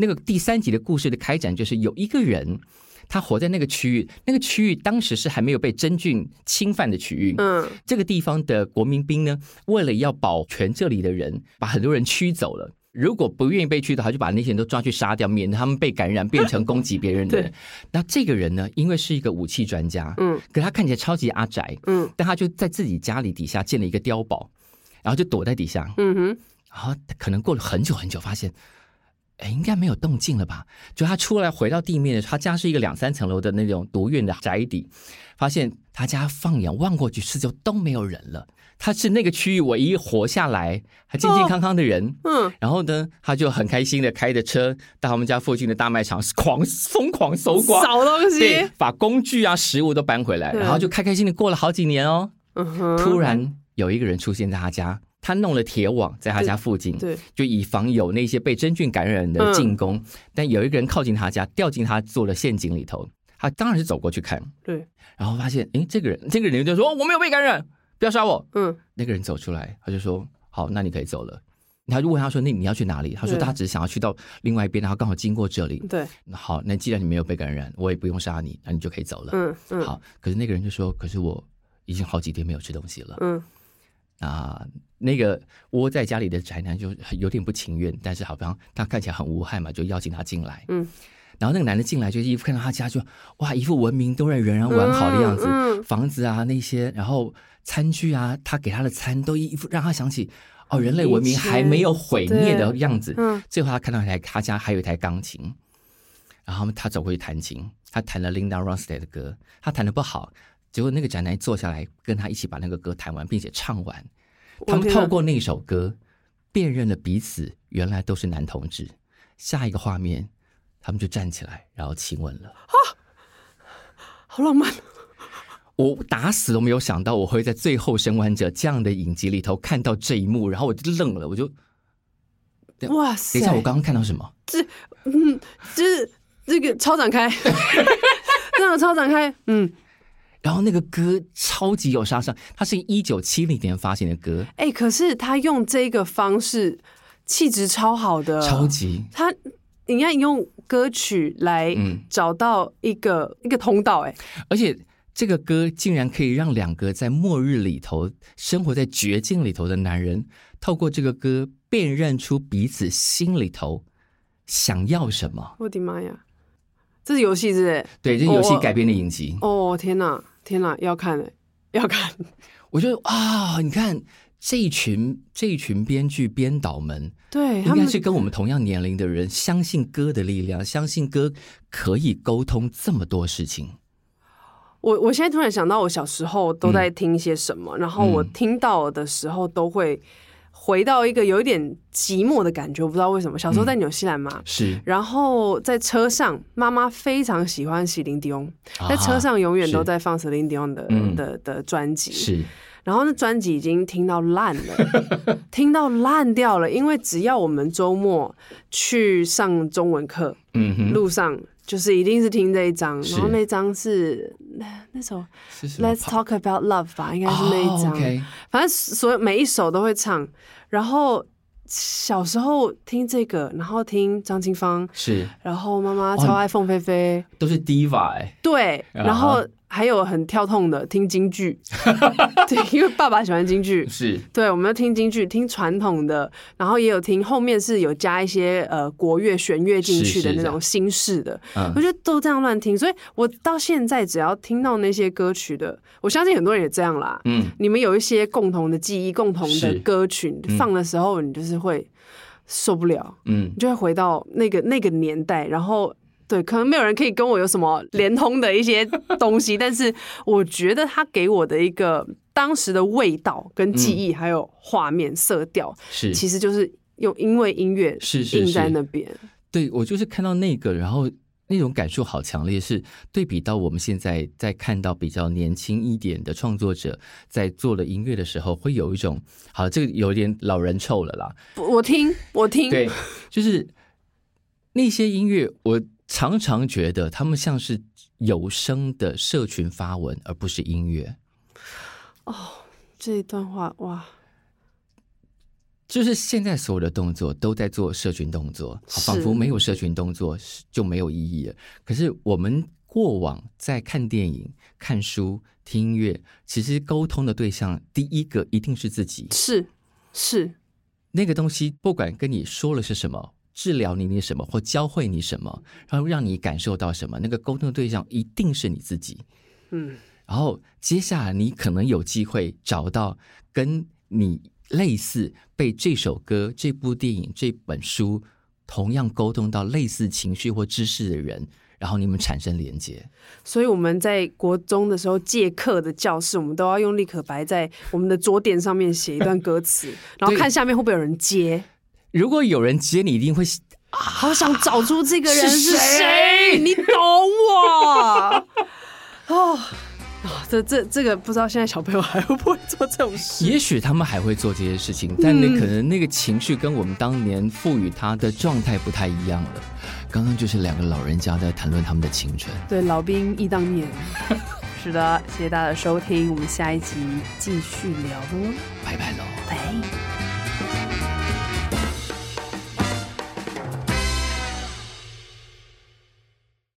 [SPEAKER 2] 那个第三集的故事的开展就是有一个人。他活在那个区域，那个区域当时是还没有被真菌侵犯的区域。
[SPEAKER 1] 嗯
[SPEAKER 2] 这个地方的国民兵呢，为了要保全这里的人，把很多人驱走了。如果不愿意被驱走，他就把那些人都抓去杀掉，免得他们被感染，变成攻击别人的人。那这个人呢，因为是一个武器专家，
[SPEAKER 1] 嗯
[SPEAKER 2] 可他看起来超级阿宅，
[SPEAKER 1] 嗯
[SPEAKER 2] 但他就在自己家里底下建了一个碉堡，然后就躲在底下。
[SPEAKER 1] 嗯哼，
[SPEAKER 2] 然后啊可能过了很久很久，发现，哎，应该没有动静了吧？就他出来回到地面的时候，他家是一个两三层楼的那种独院的宅邸，发现他家放眼望过去，四周都没有人了。他是那个区域唯一活下来还健健康康的人。
[SPEAKER 1] 嗯，
[SPEAKER 2] 然后呢，他就很开心的开着车到他们家附近的大卖场狂疯狂搜刮，
[SPEAKER 1] 少东
[SPEAKER 2] 对
[SPEAKER 1] 西，，
[SPEAKER 2] 把工具啊、食物都搬回来，
[SPEAKER 1] 嗯
[SPEAKER 2] 然后就开开心心地过了好几年哦。
[SPEAKER 1] 嗯哼，
[SPEAKER 2] 突然有一个人出现在他家，他弄了铁网在他家附近，
[SPEAKER 1] 对对
[SPEAKER 2] 就以防有那些被真菌感染的进攻。
[SPEAKER 1] 嗯
[SPEAKER 2] 但有一个人靠近他家，掉进他做的陷阱里头，他当然是走过去看，
[SPEAKER 1] 对，
[SPEAKER 2] 然后发现，诶，这个人，这个人就说、哦我没有被感染，不要杀我。
[SPEAKER 1] 嗯
[SPEAKER 2] 那个人走出来，他就说，好，那你可以走了。他就问他说：“那你要去哪里？”他说：“
[SPEAKER 1] 对
[SPEAKER 2] 他只是想要去到另外一边，然后刚好经过这里。
[SPEAKER 1] 对，
[SPEAKER 2] 好，那既然你没有被感染，我也不用杀你，那你就可以走了。
[SPEAKER 1] 嗯嗯
[SPEAKER 2] 好，可是那个人就说：“可是我已经好几天没有吃东西了。”
[SPEAKER 1] 嗯
[SPEAKER 2] 啊，那个窝在家里的宅男就有点不情愿，但是好像他看起来很无害嘛，就邀请他进来。
[SPEAKER 1] 嗯，
[SPEAKER 2] 然后那个男的进来，就一副看到他家就哇，一副文明都仍然仍然完好的样子，
[SPEAKER 1] 嗯嗯嗯
[SPEAKER 2] 房子啊那些，然后餐具啊，他给他的餐都一副让他想起哦，人类文明还没有毁灭的样子。
[SPEAKER 1] 嗯，
[SPEAKER 2] 最后他看到一台他家还有一台钢琴，然后他走过去弹琴，他弹了 Linda Ronstadt 的歌，他弹的不好，结果那个宅男坐下来跟他一起把那个歌弹完，并且唱完。
[SPEAKER 1] 我
[SPEAKER 2] 他们
[SPEAKER 1] 天哪
[SPEAKER 2] 透过那首歌辨认了彼此，原来都是男同志。下一个画面，他们就站起来，然后亲吻了。
[SPEAKER 1] 好浪漫，啊
[SPEAKER 2] 我打死都没有想到我会在最后《生还者》这样的影集里头看到这一幕，然后我就愣了，我就等
[SPEAKER 1] 哇塞！
[SPEAKER 2] 等一下，我刚刚看到
[SPEAKER 1] <laughs>
[SPEAKER 2] 什么？
[SPEAKER 1] 就是这个超展
[SPEAKER 2] <laughs>
[SPEAKER 1] 开，那个超展开，嗯，
[SPEAKER 2] 然后那个歌超级有杀伤，它是一九七零年发行的歌，
[SPEAKER 1] 哎、可是他用这个方式，气质超好的，
[SPEAKER 2] 超级
[SPEAKER 1] 他。你看，用歌曲来
[SPEAKER 2] 嗯
[SPEAKER 1] 找到一个、一个通道、哎，
[SPEAKER 2] 而且这个歌竟然可以让两个在末日里头生活在绝境里头的男人，透过这个歌辨认出彼此心里头想要什么。
[SPEAKER 1] 我的妈呀，这是游戏是不是？
[SPEAKER 2] 对，这游戏
[SPEAKER 1] 我
[SPEAKER 2] 改编的影集，
[SPEAKER 1] 哦天哪，天哪，要看哎、要看，
[SPEAKER 2] 我觉得啊，你看这一群这一群编剧编导们，
[SPEAKER 1] 对哎他
[SPEAKER 2] 应该
[SPEAKER 1] 们
[SPEAKER 2] 是跟我们同样年龄的人，相信歌的力量，相信歌可以沟通这么多事情。
[SPEAKER 1] 我我现在突然想到，我小时候都
[SPEAKER 2] 嗯
[SPEAKER 1] 在听些什么，然后我听到的时候都会回到一个有一点寂寞的感觉，我不知道为什么。小时候
[SPEAKER 2] 嗯
[SPEAKER 1] 在纽西兰嘛，
[SPEAKER 2] 是
[SPEAKER 1] 然后在车上，妈妈非常喜欢席琳迪翁，在车
[SPEAKER 2] 啊
[SPEAKER 1] 上永远
[SPEAKER 2] 是
[SPEAKER 1] 都在放席琳迪翁的
[SPEAKER 2] 嗯
[SPEAKER 1] 的的专辑，
[SPEAKER 2] 是
[SPEAKER 1] 然后那专辑已经听到烂了， <laughs> 听到烂掉了，因为只要我们周末去上中文课，
[SPEAKER 2] 嗯哼，
[SPEAKER 1] 路上就是一定是听这一张，
[SPEAKER 2] 是
[SPEAKER 1] 然后那张是那那首
[SPEAKER 2] 是什么
[SPEAKER 1] Let's Talk About Love 吧，应该是那一张。
[SPEAKER 2] 哦，OK
[SPEAKER 1] 反正所有每一首都会唱。然后小时候听这个，然后听张清芳，
[SPEAKER 2] 是
[SPEAKER 1] 然后妈妈
[SPEAKER 2] 哦
[SPEAKER 1] 超爱凤飞飞，
[SPEAKER 2] 都是 diva 哎、
[SPEAKER 1] 对，
[SPEAKER 2] 啊
[SPEAKER 1] 然后还有很跳痛的听京
[SPEAKER 2] <laughs>
[SPEAKER 1] 剧，对，因为爸爸喜欢京剧。
[SPEAKER 2] 是
[SPEAKER 1] 对，我们要听京剧，听传统的，然后也有听后面是有加一些呃国乐、弦乐进
[SPEAKER 2] 是
[SPEAKER 1] 去的
[SPEAKER 2] 是
[SPEAKER 1] 那
[SPEAKER 2] 的
[SPEAKER 1] 种新式的，
[SPEAKER 2] 嗯
[SPEAKER 1] 我觉得都这样乱听，所以我到现在只要听到那些歌曲的，我相信很多人也这样啦。
[SPEAKER 2] 嗯，
[SPEAKER 1] 你们有一些共同的记忆、共同的
[SPEAKER 2] 是
[SPEAKER 1] 歌曲
[SPEAKER 2] 嗯
[SPEAKER 1] 放的时候，你就是会受不了，
[SPEAKER 2] 嗯
[SPEAKER 1] 你就会回到那个那个年代，然后。对，可能没有人可以跟我有什么连通的一些东西， <laughs> 但是我觉得它给我的一个当时的味道、跟记忆，还有画面、色调，
[SPEAKER 2] 嗯是
[SPEAKER 1] 其实就是用因为音乐
[SPEAKER 2] 是是
[SPEAKER 1] 印在
[SPEAKER 2] 是
[SPEAKER 1] 那边。
[SPEAKER 2] 对我就是看到那个，然后那种感受好强烈，是对比到我们现在在看到比较年轻一点的创作者在做了音乐的时候，会有一种好，这个有点老人臭了啦，
[SPEAKER 1] 不我听，我听，
[SPEAKER 2] 对，就是那些音乐，我常常觉得他们像是有声的社群发文，而不是音乐。
[SPEAKER 1] 这一段话，哇，
[SPEAKER 2] 就是现在所有的动作都在做社群动作，啊
[SPEAKER 1] 是
[SPEAKER 2] 仿佛没有社群动作是就没有意义了。可是我们过往在看电影、看书、听音乐，其实沟通的对象第一个一定是自己。
[SPEAKER 1] 是是，
[SPEAKER 2] 那个东西不管跟你说了是什么，治疗你你什么，或教会你什么，然后让你感受到什么，那个沟通的对象一定是你自己。
[SPEAKER 1] 嗯，
[SPEAKER 2] 然后接下来你可能有机会找到跟你类似被这首歌、这部电影、这本书同样沟通到类似情绪或知识的人，然后你们产生连接。
[SPEAKER 1] 所以我们在国中的时候借课的教室，我们都要用立可白在我们的桌垫上面写一段歌
[SPEAKER 2] <laughs>
[SPEAKER 1] 词，然后看下面会不会有人接。
[SPEAKER 2] 如果有人接你，一定会
[SPEAKER 1] 好想找出这个人
[SPEAKER 2] 是
[SPEAKER 1] 是
[SPEAKER 2] 谁
[SPEAKER 1] 谁，你懂我哦。啊这这这个不知道现在小朋友还会不会做这种
[SPEAKER 2] <laughs>
[SPEAKER 1] 事？
[SPEAKER 2] 也许他们还会做这些事情，但那可能那个情绪跟我们当年赋予他的状态不太一样了。刚刚就是两个老人家在谈论他们的青春。
[SPEAKER 1] 对，老兵忆当年。是的，谢谢大家的收听，我们下一集继续聊喽，
[SPEAKER 2] 拜拜喽。
[SPEAKER 1] 拜。